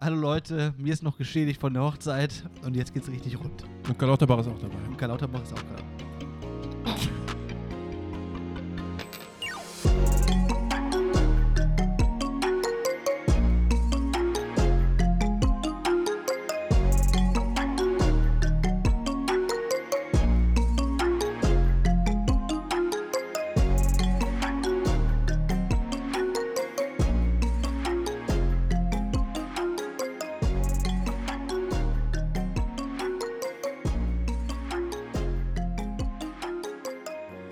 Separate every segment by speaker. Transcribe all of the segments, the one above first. Speaker 1: Hallo Leute, mir ist noch geschädigt von der Hochzeit und jetzt geht's richtig rund.
Speaker 2: Und Karl Lauterbach ist auch dabei.
Speaker 1: Und Karl Lauterbach ist auch da.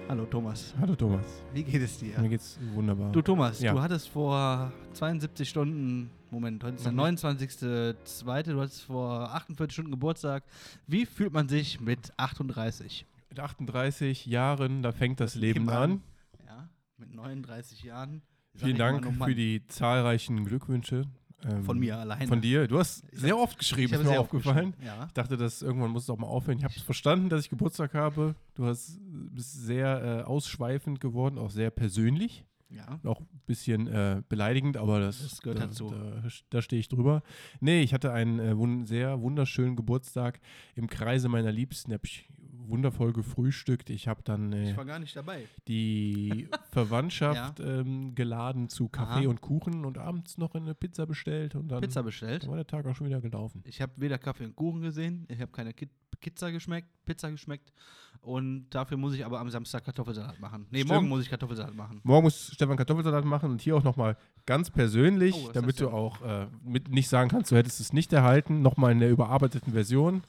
Speaker 1: Hallo Thomas,
Speaker 2: Hallo Thomas.
Speaker 1: wie geht es dir?
Speaker 2: Mir geht's wunderbar.
Speaker 1: Du Thomas,
Speaker 2: Ja.
Speaker 1: du hattest vor 72 Stunden, Moment, heute ist der
Speaker 2: Mhm.
Speaker 1: 29.02., du hattest vor 48 Stunden Geburtstag. Wie fühlt man sich mit 38?
Speaker 2: Mit 38 Jahren, da fängt das Leben
Speaker 1: Leben
Speaker 2: an.
Speaker 1: an. Ja, mit 39 Jahren. Sag
Speaker 2: Vielen
Speaker 1: ich mal
Speaker 2: Dank
Speaker 1: noch mal
Speaker 2: für die zahlreichen Glückwünsche. ähm,
Speaker 1: Von mir alleine.
Speaker 2: Von dir. Du hast
Speaker 1: Ich
Speaker 2: sehr oft geschrieben, ist
Speaker 1: habe
Speaker 2: mir
Speaker 1: sehr
Speaker 2: aufgefallen.
Speaker 1: aufgeschrieben, Ja.
Speaker 2: Ich dachte, dass irgendwann muss es auch mal aufhören. Ich habe es verstanden, dass ich Geburtstag habe. Du hast, bist sehr äh, ausschweifend geworden, auch sehr persönlich.
Speaker 1: ja.
Speaker 2: Auch ein bisschen äh, beleidigend, aber das,
Speaker 1: Das gehört
Speaker 2: da,
Speaker 1: dazu.
Speaker 2: Da, da stehe ich drüber. Nee, ich hatte einen äh, wun sehr wunderschönen Geburtstag im Kreise meiner Liebsten. Da habe ich wundervoll gefrühstückt. Ich habe dann äh,
Speaker 1: Ich war gar nicht dabei.
Speaker 2: die Verwandtschaft ähm, geladen zu Kaffee
Speaker 1: Aha.
Speaker 2: und Kuchen und abends noch eine Pizza bestellt. Und dann
Speaker 1: Pizza bestellt.
Speaker 2: war der Tag auch schon wieder gelaufen.
Speaker 1: Ich habe weder Kaffee und Kuchen gesehen, ich habe keine Ki- Pizza geschmeckt, Pizza geschmeckt und dafür muss ich aber am Samstag Kartoffelsalat machen. Nee,
Speaker 2: Stimmt.
Speaker 1: morgen muss ich Kartoffelsalat machen.
Speaker 2: Morgen muss Stefan Kartoffelsalat machen und hier auch nochmal ganz persönlich,
Speaker 1: Oh, was
Speaker 2: damit
Speaker 1: hast du?
Speaker 2: du auch äh, mit nicht sagen kannst, du hättest es nicht erhalten, nochmal in der überarbeiteten Version.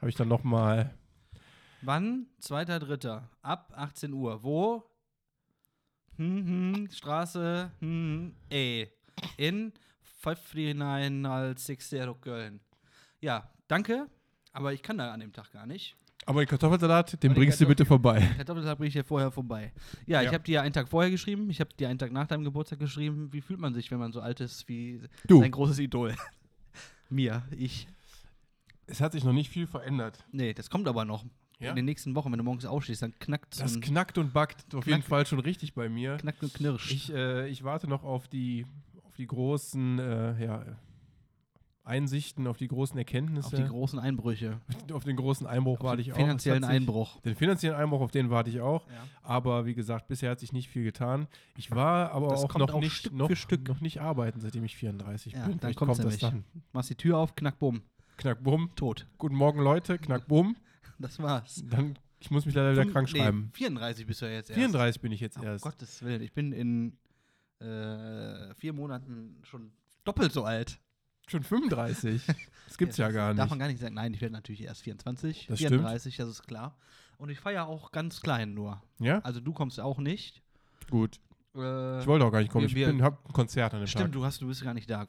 Speaker 2: Habe ich dann nochmal
Speaker 1: Wann? Zweiter, dritter. Ab 18 Uhr. Wo? Hm, hm, Straße, hm, ey. In 53960 Köln. Ja, danke, aber ich kann da an dem Tag gar nicht.
Speaker 2: Aber den Kartoffelsalat, den
Speaker 1: Aber den
Speaker 2: bringst du bitte vorbei.
Speaker 1: Kartoffelsalat bringe ich dir vorher vorbei. Ja,
Speaker 2: Ja.
Speaker 1: ich habe dir einen Tag vorher geschrieben, ich habe dir einen Tag nach deinem Geburtstag geschrieben. Wie fühlt man sich, wenn man so alt ist wie
Speaker 2: Du.
Speaker 1: sein großes Idol? Mir, ich.
Speaker 2: Es hat sich noch nicht viel verändert.
Speaker 1: Nee, das kommt aber noch.
Speaker 2: Ja?
Speaker 1: In den nächsten Wochen, wenn du morgens aufstehst, dann knackt es
Speaker 2: Das
Speaker 1: und
Speaker 2: knackt und backt auf jeden
Speaker 1: Knackt.
Speaker 2: Fall schon richtig bei mir.
Speaker 1: knackt und knirscht.
Speaker 2: Ich, äh, ich warte noch auf die, auf die großen äh, ja, Einsichten, auf die großen
Speaker 1: auf
Speaker 2: Erkenntnisse.
Speaker 1: die großen Einbrüche.
Speaker 2: auf den großen
Speaker 1: Auf
Speaker 2: Einbruch äh, warte
Speaker 1: den
Speaker 2: ich auch. Es
Speaker 1: finanziellen
Speaker 2: hat sich-
Speaker 1: Einbruch.
Speaker 2: Den finanziellen Einbruch, auf den warte ich auch.
Speaker 1: Ja.
Speaker 2: Aber wie gesagt, bisher hat sich nicht viel getan. Ich war aber
Speaker 1: Das
Speaker 2: auch
Speaker 1: kommt
Speaker 2: noch
Speaker 1: auch
Speaker 2: nicht
Speaker 1: Stück
Speaker 2: noch,
Speaker 1: für Stück.
Speaker 2: noch nicht arbeiten, seitdem ich 34
Speaker 1: Ja,
Speaker 2: bin.
Speaker 1: dann
Speaker 2: Vielleicht
Speaker 1: kommt's
Speaker 2: kommt das
Speaker 1: nämlich.
Speaker 2: dann.
Speaker 1: Machst die Tür auf, knack, bumm.
Speaker 2: Knack, bumm.
Speaker 1: Tot.
Speaker 2: Guten Morgen, Leute. Knack, bumm.
Speaker 1: Das war's.
Speaker 2: Dann, ich muss mich leider wieder
Speaker 1: Fünf-
Speaker 2: krank
Speaker 1: nee,
Speaker 2: schreiben.
Speaker 1: 34 bist du ja jetzt erst.
Speaker 2: 34 bin ich jetzt
Speaker 1: Um
Speaker 2: erst.
Speaker 1: Gottes Willen, ich bin in äh, vier Monaten schon doppelt so alt.
Speaker 2: Schon 35. Das gibt's ja, gar
Speaker 1: Darf man
Speaker 2: nicht.
Speaker 1: gar nicht sagen, nein, ich werde natürlich erst 24,
Speaker 2: Das stimmt.
Speaker 1: 34, das ist klar. Und ich feiere auch ganz klein nur.
Speaker 2: Ja?
Speaker 1: Also du kommst auch nicht.
Speaker 2: Gut.
Speaker 1: Äh,
Speaker 2: Ich wollte auch gar nicht kommen. Ich
Speaker 1: wir- wir-
Speaker 2: bin, hab ein Konzert an dem
Speaker 1: stimmt,
Speaker 2: Tag.
Speaker 1: du, hast, du bist gar nicht da.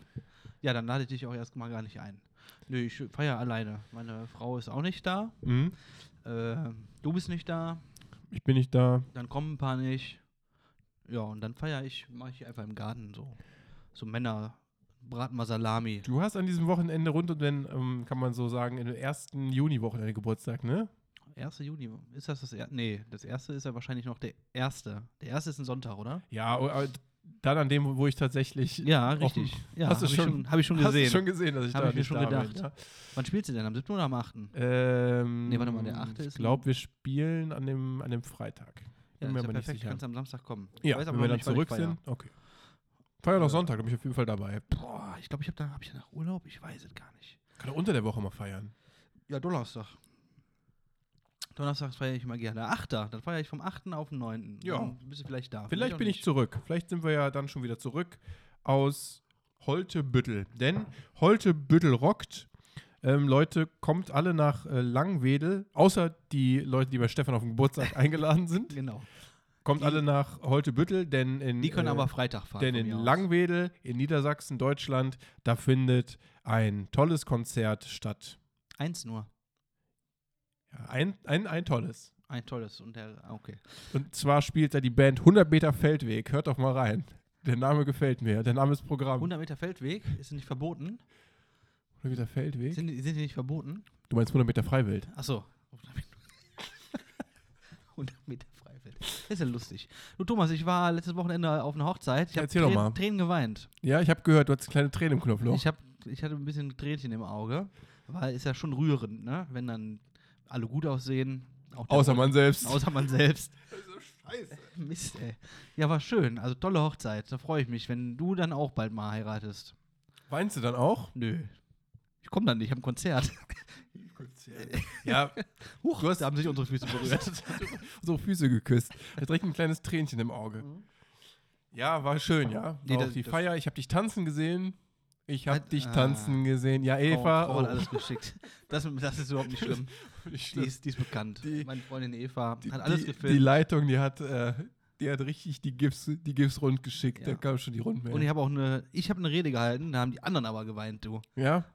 Speaker 1: Ja, dann lade ich dich auch erstmal gar nicht ein. Nö, ich feiere alleine. Meine Frau ist auch nicht da.
Speaker 2: Mhm.
Speaker 1: Äh, du bist nicht da.
Speaker 2: Ich bin nicht da.
Speaker 1: Dann kommen ein paar nicht. Ja, und dann feiere ich, mache ich einfach im Garten so. So Männer, braten mal Salami.
Speaker 2: Du hast an diesem Wochenende rund und dann, ähm, kann man so sagen, im ersten Juni-Wochenende Geburtstag, ne?
Speaker 1: 1. Juni, ist das das erste? Nee, das erste ist ja wahrscheinlich noch der erste. Der erste ist ein Sonntag, oder?
Speaker 2: Ja, o- aber dann an dem, wo ich tatsächlich.
Speaker 1: Ja,
Speaker 2: Auf
Speaker 1: richtig. Ja,
Speaker 2: Hast du
Speaker 1: hab ich
Speaker 2: schon-
Speaker 1: Habe ich schon
Speaker 2: Hast du
Speaker 1: gesehen.
Speaker 2: schon gesehen, dass ich
Speaker 1: Hab
Speaker 2: da
Speaker 1: ich mir
Speaker 2: nicht
Speaker 1: schon
Speaker 2: da
Speaker 1: gedacht.
Speaker 2: bin. Ja.
Speaker 1: Wann spielst du denn? Am 7. oder am 8.?
Speaker 2: Ähm,
Speaker 1: Nee, warte mal, der achte ist
Speaker 2: Ich glaube, wir spielen an dem, an dem
Speaker 1: Ja,
Speaker 2: Freitag. Bin mir
Speaker 1: ist ja
Speaker 2: aber nicht
Speaker 1: perfekt,
Speaker 2: sicher.
Speaker 1: kannst am Samstag kommen.
Speaker 2: Ja,
Speaker 1: weiß aber
Speaker 2: wenn wir
Speaker 1: noch
Speaker 2: dann
Speaker 1: nicht, wann ich
Speaker 2: zurück
Speaker 1: feier.
Speaker 2: sind. Okay. Feier
Speaker 1: Äh,
Speaker 2: doch Sonntag, da bin ich auf jeden Fall dabei.
Speaker 1: Boah, ich glaube, ich habe da, hab ich danach Urlaub? Ich weiß es gar nicht.
Speaker 2: Kann doch unter der Woche mal feiern.
Speaker 1: Ja, Donnerstag. Donnerstag feiere ich mal gerne. 8. Dann feiere ich vom 8. auf den 9.
Speaker 2: Ja.
Speaker 1: Dann bist du vielleicht da.
Speaker 2: Vielleicht
Speaker 1: auch
Speaker 2: bin ich
Speaker 1: nicht.
Speaker 2: zurück. Vielleicht sind wir ja dann schon wieder zurück aus Holtebüttel. Denn Holtebüttel rockt. Ähm, Leute, kommt alle nach äh, Langwedel, außer die Leute, die bei Stefan auf dem Geburtstag eingeladen sind.
Speaker 1: Genau.
Speaker 2: Kommt
Speaker 1: Die-
Speaker 2: alle nach Holtebüttel, denn in,
Speaker 1: Die können
Speaker 2: äh,
Speaker 1: aber Freitag fahren.
Speaker 2: denn
Speaker 1: von
Speaker 2: in
Speaker 1: mir aus.
Speaker 2: Langwedel in Niedersachsen, Deutschland, da findet ein tolles Konzert statt.
Speaker 1: Eins nur.
Speaker 2: Ja, ein, ein, ein tolles.
Speaker 1: Ein tolles. Und der, ah, okay.
Speaker 2: Und zwar spielt da die Band 100 Meter Feldweg. Hört doch mal rein. Der Name gefällt mir. Der Name ist Programm. 100
Speaker 1: 100 Meter Feldweg. Ist nicht verboten?
Speaker 2: Meter Feldweg?
Speaker 1: Sind, die- sind die nicht verboten?
Speaker 2: Du meinst 100 Meter Freiwild?
Speaker 1: Achso. 100 Meter Freifeld. Ist ja lustig. Du, Thomas, ich war letztes Wochenende auf einer Hochzeit. Ich habe
Speaker 2: Erzähl doch mal.
Speaker 1: Tränen geweint.
Speaker 2: Ja, ich habe gehört, du hast eine kleine Träne im Knopfloch.
Speaker 1: Ich habe ich hatte ein bisschen Tränchen im Auge, weil ist ja schon rührend, ne? Wenn dann alle gut aussehen. auch der
Speaker 2: Außer
Speaker 1: Bräut-
Speaker 2: man selbst.
Speaker 1: Außer man selbst.
Speaker 2: Scheiße.
Speaker 1: Mist, ey. Ja, war schön. Also tolle Hochzeit. Da freue ich mich, wenn du dann auch bald mal heiratest.
Speaker 2: Weinst du dann auch?
Speaker 1: Nö. Ich komme dann nicht, ich habe ein Konzert.
Speaker 2: Ja,
Speaker 1: Huch, da haben sich unsere Füße berührt.
Speaker 2: so Füße geküsst. Hat direkt ein kleines Tränchen im Auge. Ja, war schön, ja. War
Speaker 1: Mhm. Nee,
Speaker 2: auch
Speaker 1: das-
Speaker 2: die
Speaker 1: das-
Speaker 2: Feier. Ich habe dich tanzen gesehen. Ich habe
Speaker 1: Hat-
Speaker 2: dich
Speaker 1: ah.
Speaker 2: tanzen gesehen. Ja,
Speaker 1: Frauen,
Speaker 2: Eva.
Speaker 1: Frauen
Speaker 2: oh,
Speaker 1: alles geschickt. Das, das ist überhaupt nicht schlimm.
Speaker 2: nicht
Speaker 1: Die
Speaker 2: schlimm.
Speaker 1: ist, die ist bekannt.
Speaker 2: Die-
Speaker 1: Meine Freundin Eva
Speaker 2: Die-
Speaker 1: hat alles
Speaker 2: die,
Speaker 1: gefilmt.
Speaker 2: Die Leitung, die hat, äh, die hat richtig die GIFs, die GIFs rund geschickt.
Speaker 1: Ja.
Speaker 2: Da kam schon die Rundmeldung.
Speaker 1: Und ich habe auch eine, ich habe eine Rede gehalten, da haben die anderen aber geweint, du.
Speaker 2: ja,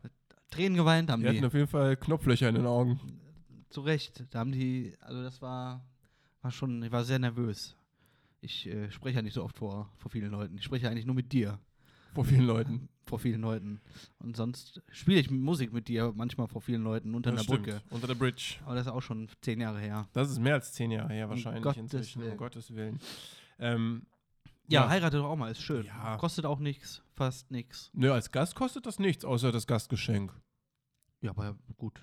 Speaker 1: Tränen geweint haben
Speaker 2: die
Speaker 1: die.
Speaker 2: hatten auf jeden Fall Knopflöcher in den Augen.
Speaker 1: Zu Recht. Da haben die, also das war, war schon, ich war sehr nervös. Ich äh, spreche ja nicht so oft vor, vor vielen Leuten. Ich spreche ja eigentlich nur mit dir,
Speaker 2: Vor vielen Leuten.
Speaker 1: vor vielen Leuten. Und sonst spiele ich Musik mit dir manchmal vor vielen Leuten unter
Speaker 2: Das
Speaker 1: einer
Speaker 2: stimmt.
Speaker 1: Brücke.
Speaker 2: Unter der Bridge.
Speaker 1: Aber das ist auch schon zehn Jahre her.
Speaker 2: Das ist mehr als zehn Jahre her wahrscheinlich
Speaker 1: Gottes
Speaker 2: inzwischen. Um
Speaker 1: Willen.
Speaker 2: Gottes Willen. Ähm,
Speaker 1: Ja,
Speaker 2: Ja.
Speaker 1: heirate doch auch mal, ist schön.
Speaker 2: Ja.
Speaker 1: Kostet auch nichts, fast nichts.
Speaker 2: nö, als Gast kostet das nichts, außer das Gastgeschenk.
Speaker 1: Ja, aber gut.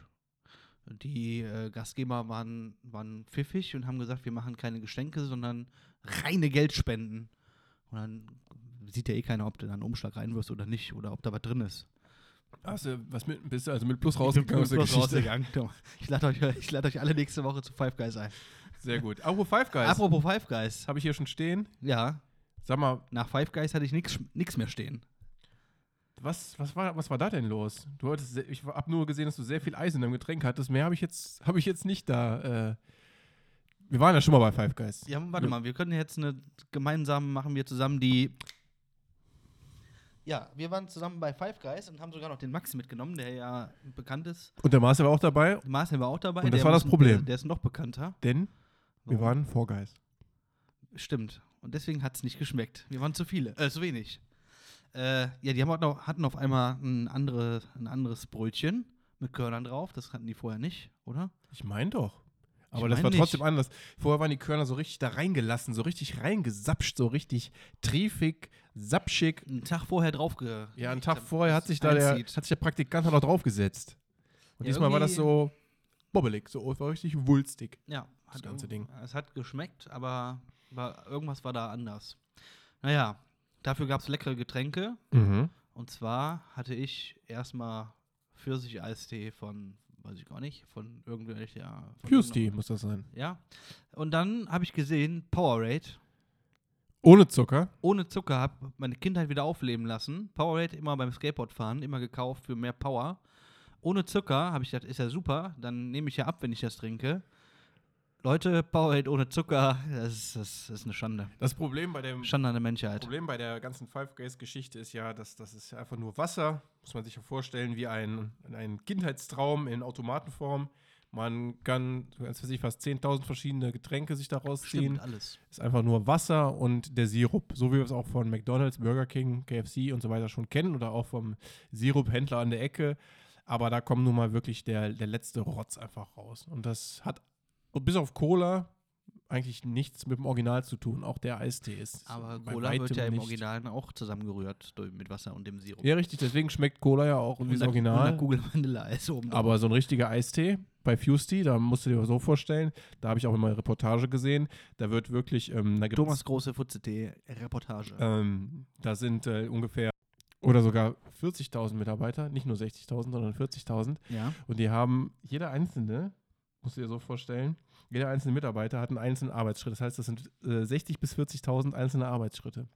Speaker 1: Die äh, Gastgeber waren, waren pfiffig und haben gesagt, wir machen keine Geschenke, sondern reine Geldspenden. Und dann sieht ja eh keiner, ob du da einen Umschlag reinwirfst oder nicht oder ob da was drin ist.
Speaker 2: Hast du was mit, bist du also mit Plus rausgegangen? aus der
Speaker 1: bloß
Speaker 2: Geschichte?
Speaker 1: rausgegangen. Ich lade euch, ich lad euch alle nächste Woche zu Five Guys ein.
Speaker 2: Sehr gut. Apropos Five Guys.
Speaker 1: Apropos Five Guys.
Speaker 2: Habe ich hier schon stehen.
Speaker 1: Ja,
Speaker 2: Sag mal,
Speaker 1: nach Five Guys hatte ich nichts mehr stehen.
Speaker 2: was, was, war, was war da denn los? Du hattest, sehr, ich habe nur gesehen, dass du sehr viel Eis in deinem Getränk hattest. Mehr habe ich, jetzt- habe ich jetzt nicht da. Äh, wir waren ja schon mal bei Five Guys.
Speaker 1: Ja, warte mal, wir können jetzt eine gemeinsame machen wir zusammen die. Ja, wir waren zusammen bei Five Guys und haben sogar noch den Max mitgenommen, der ja bekannt ist.
Speaker 2: Und der Marcel war auch dabei,
Speaker 1: Marcel war auch dabei.
Speaker 2: Und das
Speaker 1: der
Speaker 2: war das
Speaker 1: ist-
Speaker 2: Problem.
Speaker 1: Der, der ist noch bekannter.
Speaker 2: denn wir
Speaker 1: Warum?
Speaker 2: waren Four Guys.
Speaker 1: Stimmt. Und deswegen hat es nicht geschmeckt. Wir waren zu viele, äh, zu wenig. Äh, ja, die haben auch noch, hatten auf einmal ein, andere, ein anderes Brötchen mit Körnern drauf. Das hatten die vorher nicht, oder?
Speaker 2: Ich meine doch. Aber
Speaker 1: Ich
Speaker 2: das
Speaker 1: mein
Speaker 2: war
Speaker 1: nicht.
Speaker 2: trotzdem anders. Vorher waren die Körner so richtig da reingelassen, so richtig reingesapscht, so richtig triefig, sapschig.
Speaker 1: Einen Tag vorher draufge.
Speaker 2: Ja, einen Tag vorher hat sich da der, hat
Speaker 1: einzieht.
Speaker 2: sich der Praktikant noch draufgesetzt. Und
Speaker 1: Ja,
Speaker 2: diesmal war das
Speaker 1: irgendwie-
Speaker 2: so bobbelig, so es war richtig wulstig.
Speaker 1: Ja,
Speaker 2: Das ganze
Speaker 1: irgend-
Speaker 2: Ding.
Speaker 1: Es hat geschmeckt, aber war, irgendwas war da anders. Naja, dafür gab es leckere Getränke. Und zwar hatte ich erstmal Pfirsich-Eistee von, weiß ich gar nicht, von irgendwelcher. von
Speaker 2: Pusty muss das sein.
Speaker 1: irgendeiner- Ja. Und dann habe ich gesehen, Powerade.
Speaker 2: Ohne Zucker.
Speaker 1: Ohne Zucker habe meine Kindheit wieder aufleben lassen. Powerade immer beim Skateboardfahren, immer gekauft für mehr Power. Ohne Zucker habe ich gedacht, ist ja super, dann nehme ich ja ab, wenn ich das trinke. Leute, Powerade ohne Zucker, das ist, das ist eine Schande.
Speaker 2: Das Problem bei dem
Speaker 1: Schande an der Menschheit.
Speaker 2: Problem bei der ganzen Five Guys Geschichte ist ja, dass das ist ja einfach nur Wasser, muss man sich ja vorstellen, wie ein, ein Kindheitstraum in Automatenform. Man kann, als weiß ich, fast 10.000 verschiedene Getränke sich daraus ziehen.
Speaker 1: Stimmt alles.
Speaker 2: Ist einfach nur Wasser und der Sirup, so wie wir es auch von McDonald's, Burger King, KFC und so weiter schon kennen oder auch vom Siruphändler an der Ecke. Aber da kommt nun mal wirklich der, der letzte Rotz einfach raus. Und das hat bis auf Cola eigentlich nichts mit dem Original zu tun. Auch der Eistee ist.
Speaker 1: Aber
Speaker 2: bei
Speaker 1: Cola wird
Speaker 2: weitem
Speaker 1: ja im
Speaker 2: nicht-
Speaker 1: Original auch zusammengerührt durch- mit Wasser und dem Sirup.
Speaker 2: Ja, richtig, deswegen schmeckt Cola ja auch wie
Speaker 1: und
Speaker 2: das
Speaker 1: da- Und da
Speaker 2: Original.
Speaker 1: Kugel Vanilleeis oben drauf.
Speaker 2: Aber so ein richtiger Eistee bei Fusty, da musst du dir so vorstellen, da habe ich auch immer eine Reportage gesehen, da wird wirklich, ähm, da gibt's-
Speaker 1: Thomas Große Futze-Tee-Reportage.
Speaker 2: Ähm, da sind äh, ungefähr oder sogar 40.000 Mitarbeiter, nicht nur 60.000, sondern 40.000.
Speaker 1: Ja.
Speaker 2: Und die haben, jeder einzelne, musst du dir so vorstellen, jeder einzelne Mitarbeiter hat einen einzelnen Arbeitsschritt. Das heißt, das sind äh, 60.000 bis 40.000 einzelne Arbeitsschritte.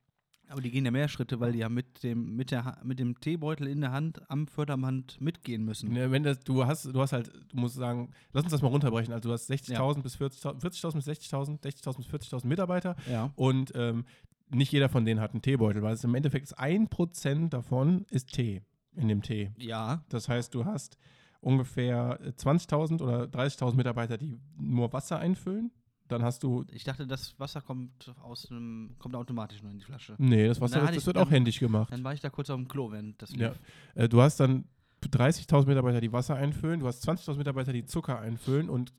Speaker 1: Aber die gehen ja mehr Schritte, weil die ja mit dem, mit der, Ha- mit dem Teebeutel in der Hand am Förderband mitgehen müssen.
Speaker 2: Ne, wenn das, du hast, du hast halt, du musst sagen, lass uns das mal runterbrechen. Also du hast 60.000 bis 40.000, 40.000 bis 60.000, 60.000 bis 40.000 Mitarbeiter
Speaker 1: Ja.
Speaker 2: und ähm, nicht jeder von denen hat einen Teebeutel, weil es im Endeffekt ist ein Prozent davon ist Tee in dem Tee.
Speaker 1: Ja,
Speaker 2: Das heißt, du hast ungefähr äh, 20.000 oder 30.000 Mitarbeiter, die nur Wasser einfüllen. Dann hast du.
Speaker 1: ich dachte, das Wasser kommt aus einem, kommt automatisch nur in die Flasche.
Speaker 2: Nee, das Wasser
Speaker 1: Na,
Speaker 2: das,
Speaker 1: hatte
Speaker 2: das
Speaker 1: ich-
Speaker 2: wird auch
Speaker 1: dann-
Speaker 2: händisch gemacht.
Speaker 1: Dann war ich da kurz auf dem Klo, während das
Speaker 2: Ja.
Speaker 1: lief.
Speaker 2: Äh, Du hast dann 30.000 Mitarbeiter, die Wasser einfüllen. Du hast 20.000 Mitarbeiter, die Zucker einfüllen. Und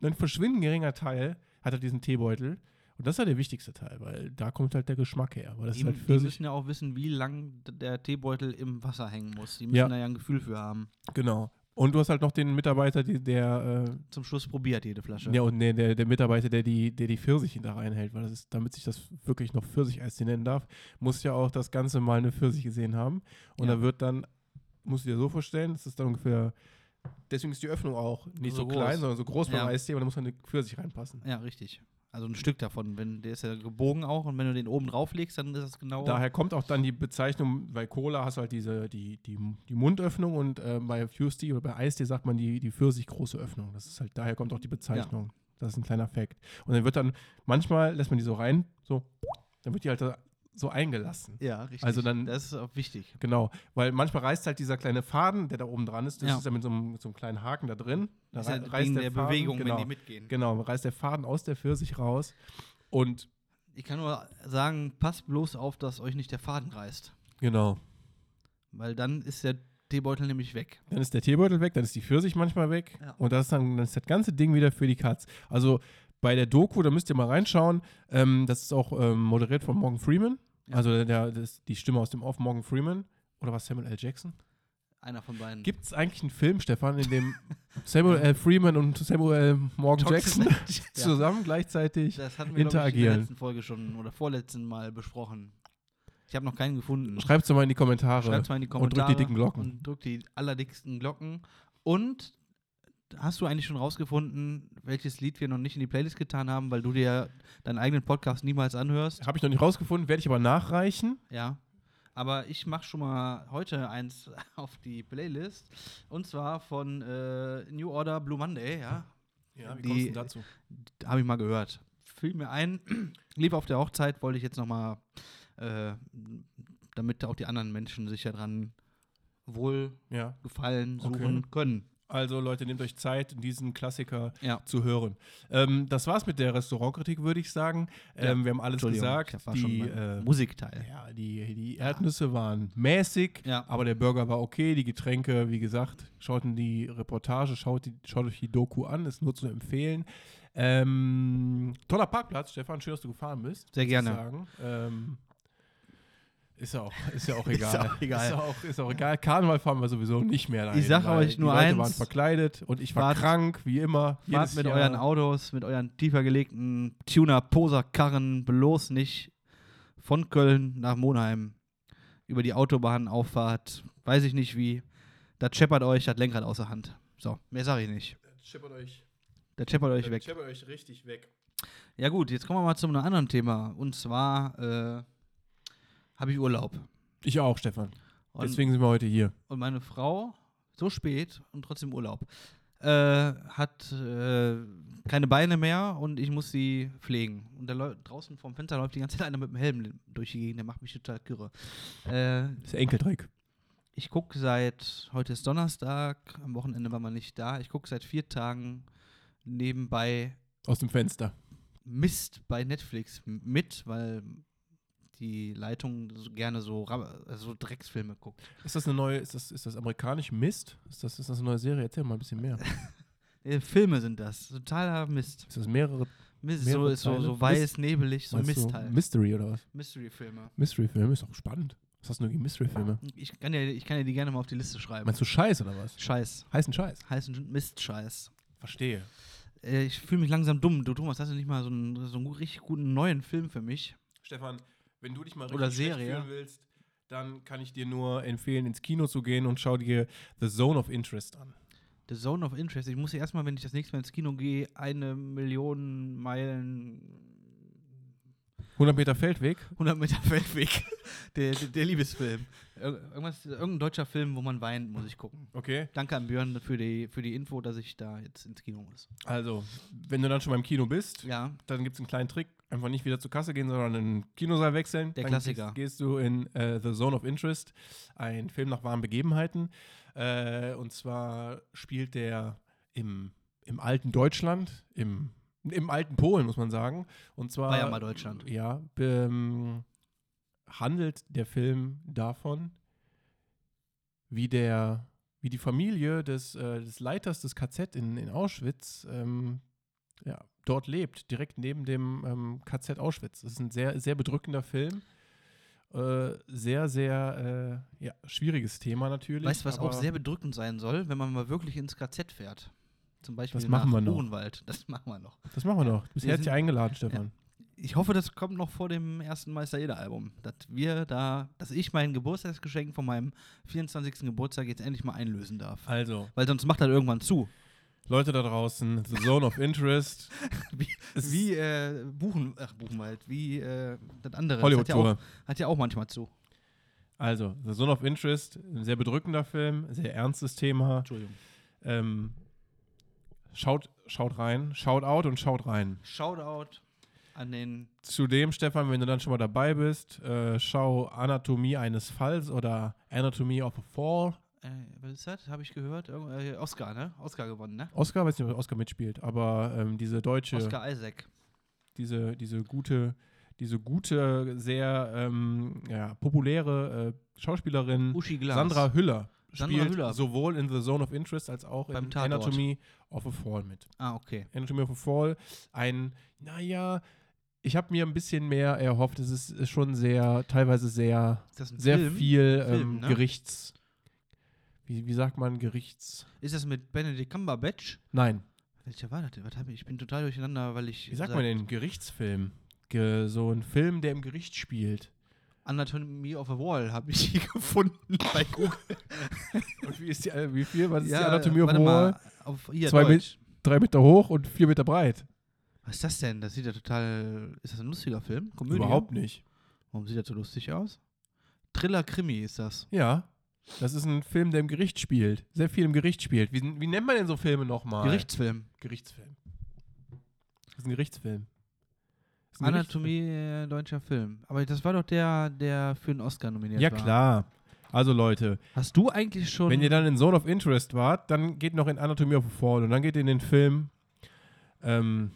Speaker 2: ein verschwindend geringer Teil hat er halt diesen Teebeutel. Und das ist ja der wichtigste Teil, weil da kommt halt der Geschmack her. Weil das
Speaker 1: Die,
Speaker 2: ist halt
Speaker 1: die
Speaker 2: für sich.
Speaker 1: müssen ja auch wissen, wie lang d- der Teebeutel im Wasser hängen muss. Die müssen
Speaker 2: Ja.
Speaker 1: da ja ein Gefühl für haben.
Speaker 2: Genau. Und du hast halt noch den Mitarbeiter, die, der, äh,
Speaker 1: Zum Schluss probiert jede Flasche.
Speaker 2: Ja, und nee, der, der Mitarbeiter, der die, der die Pfirsiche da reinhält, weil das ist, damit sich das wirklich noch Pfirsicheis nennen darf, muss ja auch das Ganze mal eine Pfirsich gesehen haben. Und
Speaker 1: Ja.
Speaker 2: da wird dann, musst du dir so vorstellen, das ist dann ungefähr, deswegen ist die Öffnung auch nicht so,
Speaker 1: So
Speaker 2: klein,
Speaker 1: groß.
Speaker 2: sondern so groß beim
Speaker 1: Ja.
Speaker 2: Eistee, und da muss man eine Pfirsich reinpassen.
Speaker 1: Ja, richtig. Also ein Stück davon. Wenn, der ist ja gebogen auch und wenn du den oben drauflegst, dann ist das genau.
Speaker 2: Daher kommt auch dann die Bezeichnung, bei Cola hast du halt diese, die, die, die Mundöffnung und äh, bei Fusty oder bei Eistee sagt man die, die Pfirsich große Öffnung. Das ist halt, daher kommt auch die Bezeichnung. Das ist ein kleiner Fact. Und dann wird dann, manchmal lässt man die so rein, so, dann wird die halt da so eingelassen.
Speaker 1: ja, richtig.
Speaker 2: Also dann-
Speaker 1: das ist auch wichtig.
Speaker 2: Genau, weil manchmal reißt halt dieser kleine Faden, der da oben dran ist, das
Speaker 1: Ja.
Speaker 2: ist ja mit so, einem, mit so einem kleinen Haken da drin. Da
Speaker 1: Das
Speaker 2: rei-
Speaker 1: ist ja wegen der,
Speaker 2: Faden-
Speaker 1: Bewegung,
Speaker 2: genau,
Speaker 1: wenn die mitgehen.
Speaker 2: Genau, reißt der Faden aus der Pfirsich raus und
Speaker 1: Ich kann nur sagen, passt bloß auf, dass euch nicht der Faden reißt.
Speaker 2: genau.
Speaker 1: Weil dann ist der Teebeutel nämlich weg.
Speaker 2: Dann ist der Teebeutel weg, dann ist die Pfirsich manchmal weg.
Speaker 1: Ja.
Speaker 2: Und das ist dann, dann ist das ganze Ding wieder für die Katz. Also bei der Doku, da müsst ihr mal reinschauen. Ähm, das ist auch ähm, moderiert von Morgan Freeman.
Speaker 1: Ja.
Speaker 2: Also der, das, die Stimme aus dem Off, Morgan Freeman. Oder was Samuel L. Jackson?
Speaker 1: Einer von beiden.
Speaker 2: Gibt es eigentlich einen Film, Stefan, in dem Samuel L. Freeman und Samuel L. Morgan
Speaker 1: Toxic
Speaker 2: Jackson
Speaker 1: ja.
Speaker 2: zusammen gleichzeitig?
Speaker 1: Das hatten wir, glaube ich, in der
Speaker 2: interagieren.
Speaker 1: letzten Folge schon oder vorletzten Mal besprochen. Ich habe noch keinen gefunden.
Speaker 2: Schreibt es doch mal in die Kommentare.
Speaker 1: Schreibt's mal in die
Speaker 2: Und drückt die
Speaker 1: Kommentare.
Speaker 2: dicken Glocken.
Speaker 1: Und drückt die allerdicksten Glocken. Und hast du eigentlich schon rausgefunden, welches Lied wir noch nicht in die Playlist getan haben, weil du dir deinen eigenen Podcast niemals anhörst?
Speaker 2: Habe ich noch nicht rausgefunden, werde ich aber nachreichen.
Speaker 1: Ja. Aber ich mache schon mal heute eins auf die Playlist. Und zwar von äh, New Order Blue Monday, ja.
Speaker 2: Ja,
Speaker 1: wie kommst du denn
Speaker 2: dazu?
Speaker 1: Habe ich mal gehört. Fiel mir ein. Liebe auf der Hochzeit wollte ich jetzt noch mal, äh, damit auch die anderen Menschen sich daran wohlgefallen
Speaker 2: Ja,
Speaker 1: suchen
Speaker 2: Okay.
Speaker 1: können.
Speaker 2: also Leute, nehmt euch Zeit, diesen Klassiker
Speaker 1: Ja.
Speaker 2: zu hören. Ähm, das war's mit der Restaurantkritik, würde ich sagen. Ähm, Wir haben alles
Speaker 1: Entschuldigung,
Speaker 2: gesagt.
Speaker 1: ich war schon
Speaker 2: Die,
Speaker 1: beim
Speaker 2: äh,
Speaker 1: Musikteil.
Speaker 2: ja, die, die Erdnüsse waren mäßig,
Speaker 1: Ja.
Speaker 2: aber der Burger war okay. Die Getränke, wie gesagt, schaut in die Reportage, schaut, die, schaut euch die Doku an, ist nur zu empfehlen. Ähm, toller Parkplatz, Stefan, schön, dass du gefahren bist.
Speaker 1: Sehr
Speaker 2: muss ich
Speaker 1: gerne.
Speaker 2: Sagen. Ähm, ist ja auch, ist ja auch
Speaker 1: Ist
Speaker 2: egal.
Speaker 1: auch egal.
Speaker 2: Ist ja auch, ist auch egal. Karneval fahren wir sowieso nicht mehr dahin.
Speaker 1: Ich sag
Speaker 2: weil
Speaker 1: euch nur
Speaker 2: die Leute
Speaker 1: eins.
Speaker 2: waren verkleidet und ich war
Speaker 1: Fahrt-
Speaker 2: krank, wie immer.
Speaker 1: Fahrt
Speaker 2: jedes
Speaker 1: mit
Speaker 2: Jahr.
Speaker 1: euren Autos, mit euren tiefer gelegten Tuner-Poser-Karren bloß nicht von Köln nach Monheim über die Autobahnauffahrt, weiß ich nicht wie. Da scheppert euch das Lenkrad außer Hand. So, mehr sage ich nicht.
Speaker 2: Scheppert euch,
Speaker 1: Da
Speaker 2: äh,
Speaker 1: scheppert euch weg.
Speaker 2: scheppert euch richtig weg.
Speaker 1: Ja gut, jetzt kommen wir mal zu einem anderen Thema. Und zwar äh, habe ich Urlaub.
Speaker 2: Ich auch, Stefan.
Speaker 1: Und
Speaker 2: Deswegen sind wir heute hier.
Speaker 1: Und meine Frau, so spät und trotzdem Urlaub, äh, hat äh, keine Beine mehr und ich muss sie pflegen. Und da läu- draußen vorm Fenster läuft die ganze Zeit einer mit dem Helm durch die Gegend, der macht mich total kirre. Äh,
Speaker 2: Das ist Enkeltrick.
Speaker 1: ich gucke seit, heute ist Donnerstag, am Wochenende war man nicht da, ich gucke seit vier Tagen nebenbei
Speaker 2: Aus dem Fenster.
Speaker 1: Mist bei Netflix m- mit, weil die Leitung so gerne so, Rab- also so Drecksfilme guckt.
Speaker 2: Ist das eine neue, ist das, ist das amerikanisch Mist? Ist das, ist das eine neue Serie? Erzähl mal ein bisschen mehr.
Speaker 1: Äh, Filme sind das, totaler Mist.
Speaker 2: Ist das mehrere
Speaker 1: Mist, so,
Speaker 2: Mehrere
Speaker 1: ist so,
Speaker 2: Teile.
Speaker 1: so weiß, nebelig, so
Speaker 2: meinst
Speaker 1: Mist
Speaker 2: du,
Speaker 1: halt.
Speaker 2: Mystery oder was?
Speaker 1: Mystery-Filme.
Speaker 2: Mystery-Filme ist auch spannend. Was hast du nur gegen Mystery-Filme?
Speaker 1: Ich kann, ja, ich kann ja die gerne mal auf die Liste schreiben.
Speaker 2: Meinst du Scheiß oder was?
Speaker 1: Scheiß.
Speaker 2: Heißen Scheiß.
Speaker 1: Heißen Mist-Scheiß.
Speaker 2: Verstehe.
Speaker 1: Äh, ich fühle mich langsam dumm. Du, Thomas, hast du nicht mal so einen, so einen gu- richtig guten neuen Film für mich?
Speaker 2: Stefan, wenn du dich mal
Speaker 1: Oder Serie.
Speaker 2: willst, dann kann ich dir nur empfehlen, ins Kino zu gehen und schau dir The Zone of Interest an.
Speaker 1: The Zone of Interest. Ich muss ja erstmal, wenn ich das nächste Mal ins Kino gehe, eine Million Meilen,
Speaker 2: 100 Meter Feldweg.
Speaker 1: 100 Meter Feldweg. der, der, der Liebesfilm. Ir irgendwas, irgendein deutscher Film, wo man weint, muss ich gucken.
Speaker 2: Okay.
Speaker 1: Danke an Björn für die, für die Info, dass ich da jetzt ins Kino muss.
Speaker 2: Also, wenn du dann schon beim Kino bist,
Speaker 1: Ja,
Speaker 2: dann gibt es einen kleinen Trick. Einfach nicht wieder zur Kasse gehen, sondern in den Kinosaal wechseln.
Speaker 1: Der
Speaker 2: dann
Speaker 1: Klassiker.
Speaker 2: Gehst, gehst du in äh, The Zone of Interest, ein Film nach wahren Begebenheiten. Äh, und zwar spielt der im, im alten Deutschland, im, im alten Polen, muss man sagen. Und zwar.
Speaker 1: War ja mal Deutschland.
Speaker 2: Ja. Ähm, handelt der Film davon, wie der wie die Familie des, äh, des Leiters des KZ in, in Auschwitz ähm, ja, dort lebt, direkt neben dem ähm, KZ Auschwitz. Das ist ein sehr, sehr bedrückender Film. Äh, sehr, sehr äh, ja, schwieriges Thema natürlich.
Speaker 1: Weißt du, was auch
Speaker 2: aber-
Speaker 1: sehr bedrückend sein soll, wenn man mal wirklich ins KZ fährt? Zum Beispiel
Speaker 2: Das machen
Speaker 1: nach
Speaker 2: wir noch.
Speaker 1: Buchenwald. Das machen wir noch.
Speaker 2: Das machen wir noch. Du bist
Speaker 1: Wir
Speaker 2: herzlich
Speaker 1: sind-
Speaker 2: eingeladen, Stefan.
Speaker 1: Ich hoffe, das kommt noch vor dem ersten Meister Eder Album, dass wir da, dass ich mein Geburtstagsgeschenk von meinem 24. Geburtstag jetzt endlich mal einlösen darf.
Speaker 2: Also,
Speaker 1: Weil sonst macht er irgendwann zu.
Speaker 2: Leute da draußen, The Zone of Interest,
Speaker 1: Wie,
Speaker 2: Es-
Speaker 1: wie äh, Buchen, ach, Buchenwald, wie äh, das andere. Das hat ja,
Speaker 2: Hollywood-Tour.
Speaker 1: auch, hat ja auch manchmal zu.
Speaker 2: Also, The Zone of Interest, ein sehr bedrückender Film, sehr ernstes Thema.
Speaker 1: Entschuldigung.
Speaker 2: Ähm, schaut, schaut rein, schaut out und schaut rein.
Speaker 1: Shoutout an den
Speaker 2: Zudem, Stefan, wenn du dann schon mal dabei bist, äh, schau Anatomie eines Falls oder Anatomy of a Fall.
Speaker 1: Äh, was ist das? Habe ich gehört. Irgend- äh, Oscar, ne? Oscar gewonnen, ne?
Speaker 2: Oscar, weiß nicht, ob Oscar mitspielt, aber ähm, diese deutsche,
Speaker 1: Oscar Isaac.
Speaker 2: diese, diese gute, diese gute, sehr ähm, ja, populäre äh, Schauspielerin
Speaker 1: Uschi Glas.
Speaker 2: Sandra Hüller
Speaker 1: Sandra
Speaker 2: spielt
Speaker 1: Hüller.
Speaker 2: sowohl in The Zone of Interest als auch
Speaker 1: Beim
Speaker 2: in
Speaker 1: Tatort.
Speaker 2: Anatomy of a Fall mit.
Speaker 1: Ah, okay.
Speaker 2: Anatomy of a Fall, ein, naja, ich habe mir ein bisschen mehr erhofft. Es ist, ist schon sehr, teilweise sehr,
Speaker 1: Ist das ein
Speaker 2: sehr
Speaker 1: Film?
Speaker 2: viel ähm,
Speaker 1: Film, ne?
Speaker 2: Gerichts. Wie, wie sagt man Gerichts?
Speaker 1: Ist das mit Benedict Cumberbatch?
Speaker 2: Nein,
Speaker 1: Welcher war das denn? Was hab ich? ich bin total durcheinander, weil ich. äh,
Speaker 2: wie sagt man denn Gerichtsfilm? Ge, so ein Film, der im Gericht spielt.
Speaker 1: Anatomy of a Wall habe ich hier gefunden bei Google.
Speaker 2: Und wie ist die, äh, wie viel? Was ist die
Speaker 1: Ja,
Speaker 2: Anatomie of
Speaker 1: warte
Speaker 2: a Wall?
Speaker 1: mal, Auf hier,
Speaker 2: Zwei
Speaker 1: Deutsch.
Speaker 2: Drei Meter hoch und vier Meter breit.
Speaker 1: Was ist das denn? Das sieht ja total. Ist das ein lustiger Film? Komödie?
Speaker 2: Überhaupt nicht.
Speaker 1: Warum sieht das so lustig aus? Thriller-Krimi ist das.
Speaker 2: Ja. Das ist ein Film, der im Gericht spielt. Sehr viel im Gericht spielt. Wie, wie nennt man denn so Filme nochmal?
Speaker 1: Gerichtsfilm.
Speaker 2: Gerichtsfilm. Das ist ein Gerichtsfilm. Das ist ein
Speaker 1: Anatomie äh, deutscher Film. Aber das war doch der, der für einen Oscar nominiert
Speaker 2: Gerichtsfilm. Ja,
Speaker 1: war.
Speaker 2: klar. Also, Leute,
Speaker 1: Hast du eigentlich schon.
Speaker 2: wenn ihr dann in Zone of Interest wart, dann geht noch in Anatomie of a Fall und dann geht ihr in den Film, ähm,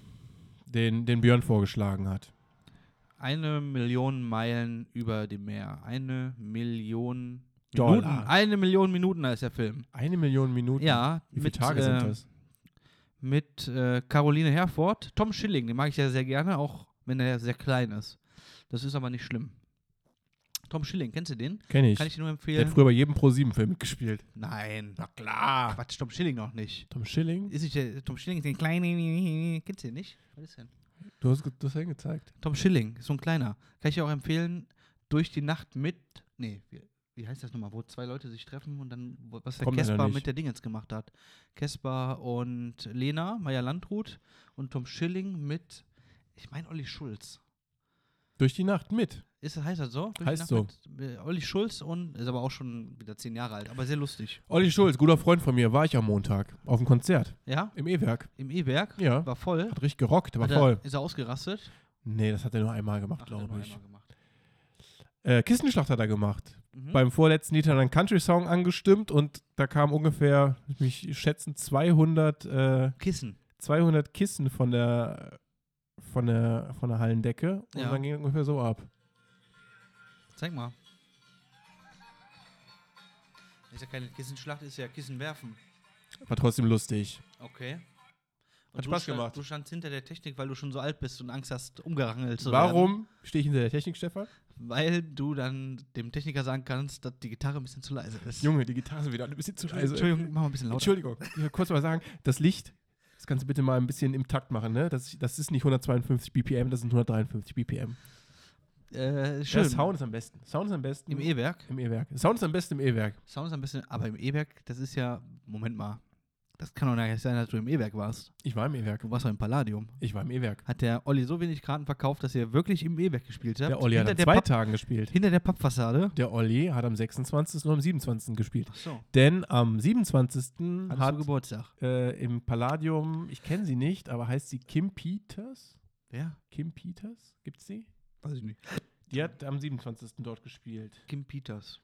Speaker 2: den, den Björn vorgeschlagen hat.
Speaker 1: Eine Million Meilen über dem Meer. Eine Million
Speaker 2: Dollar.
Speaker 1: Minuten. Eine Million Minuten heißt der Film.
Speaker 2: Ah, Eine Million Minuten.
Speaker 1: Ja,
Speaker 2: Wie viele
Speaker 1: mit,
Speaker 2: Tage
Speaker 1: äh,
Speaker 2: sind das?
Speaker 1: Mit äh, Caroline Herford. Tom Schilling, den mag ich ja sehr gerne, auch wenn er sehr klein ist. Das ist aber nicht schlimm. Tom Schilling, kennst du den?
Speaker 2: Kenne ich.
Speaker 1: Kann ich dir nur
Speaker 2: Der hat
Speaker 1: empfehlen.
Speaker 2: früher bei jedem Pro-7-Film mitgespielt.
Speaker 1: Nein.
Speaker 2: klar.
Speaker 1: Quatsch, Tom Schilling noch nicht.
Speaker 2: Tom Schilling?
Speaker 1: Ist nicht der, Tom Schilling ist den kleinen. Kennst du den nicht? Was ist denn?
Speaker 2: Du hast, ge- du hast ihn gezeigt.
Speaker 1: Tom Schilling, ist so ein kleiner. Kann ich dir auch empfehlen, durch die Nacht mit. Nee, wie, wie heißt das nochmal? Wo zwei Leute sich treffen und dann, wo- was der
Speaker 2: Kommt leider
Speaker 1: Kesper
Speaker 2: nicht.
Speaker 1: mit der Dingens gemacht hat. Kesper und Lena, Maya Landrut und Tom Schilling mit, ich meine Olli Schulz.
Speaker 2: Durch die Nacht mit.
Speaker 1: Ist das, heißt das so? Durch die
Speaker 2: Heißt
Speaker 1: Nacht
Speaker 2: so.
Speaker 1: Mit, äh, Olli Schulz und, ist aber auch schon wieder zehn Jahre alt, aber sehr lustig.
Speaker 2: Olli Schulz, guter Freund von mir, war ich am Montag auf dem Konzert
Speaker 1: Ja,
Speaker 2: im E-Werk.
Speaker 1: im E-Werk,
Speaker 2: Ja.
Speaker 1: war voll.
Speaker 2: Hat richtig gerockt, war
Speaker 1: Hat er-
Speaker 2: voll.
Speaker 1: Ist er ausgerastet?
Speaker 2: Nee, das hat er nur einmal gemacht,
Speaker 1: hat er nur
Speaker 2: glaube ich.
Speaker 1: einmal gemacht.
Speaker 2: Äh, Kissenschlacht hat er gemacht.
Speaker 1: Mhm.
Speaker 2: Beim vorletzten Lied hat er einen Country-Song angestimmt und da kamen ungefähr, lass mich schätzen, 200, äh,
Speaker 1: Kissen.
Speaker 2: 200 Kissen von der, von der, von der Hallendecke und
Speaker 1: Ja.
Speaker 2: dann ging ungefähr so ab.
Speaker 1: Zeig mal. Ist ja keine Kissenschlacht, ist ja Kissenwerfen.
Speaker 2: War trotzdem lustig.
Speaker 1: Okay.
Speaker 2: Hat Spaß gemacht.
Speaker 1: Du standst hinter der Technik, weil du schon so alt bist und Angst hast, umgerangelt zu werden.
Speaker 2: Warum stehe ich hinter der Technik, Stefan?
Speaker 1: Weil du dann dem Techniker sagen kannst, dass die Gitarre ein bisschen zu leise ist.
Speaker 2: Junge, also- die Gitarre ist wieder ein bisschen zu leise.
Speaker 1: Entschuldigung, mach mal ein bisschen lauter.
Speaker 2: Entschuldigung, ich will kurz mal sagen, das Licht, das kannst du bitte mal ein bisschen im Takt machen, ne? Das, das ist nicht 152 BPM, das sind 153 BPM.
Speaker 1: Äh,
Speaker 2: Ja,
Speaker 1: schön.
Speaker 2: Sound ist am besten. Sound ist am besten
Speaker 1: Im E-Werk.
Speaker 2: im E-Werk. Sound ist am besten im E-Werk.
Speaker 1: Sound ist ein bisschen, aber im E-Werk, das ist ja, Moment mal, das kann doch nicht sein, dass du im E-Werk warst.
Speaker 2: Ich war im E-Werk.
Speaker 1: Du warst doch im Palladium.
Speaker 2: Ich war im E-Werk.
Speaker 1: Hat der Olli so wenig Karten verkauft, dass ihr wirklich im E-Werk gespielt habt?
Speaker 2: Der Olli hat
Speaker 1: hinter
Speaker 2: an
Speaker 1: der
Speaker 2: zwei
Speaker 1: Papp-
Speaker 2: Tagen gespielt.
Speaker 1: Hinter der Pappfassade.
Speaker 2: Der Olli hat am 26. und am 27. gespielt.
Speaker 1: Ach so.
Speaker 2: Denn am 27.
Speaker 1: Hattest du
Speaker 2: hat
Speaker 1: Geburtstag?
Speaker 2: äh, im Palladium, ich kenne sie nicht, aber heißt sie Kim Peters?
Speaker 1: Wer?
Speaker 2: Kim Peters? Gibt's sie?
Speaker 1: Weiß ich nicht.
Speaker 2: Die hat am 27. dort gespielt.
Speaker 1: Kim Peters.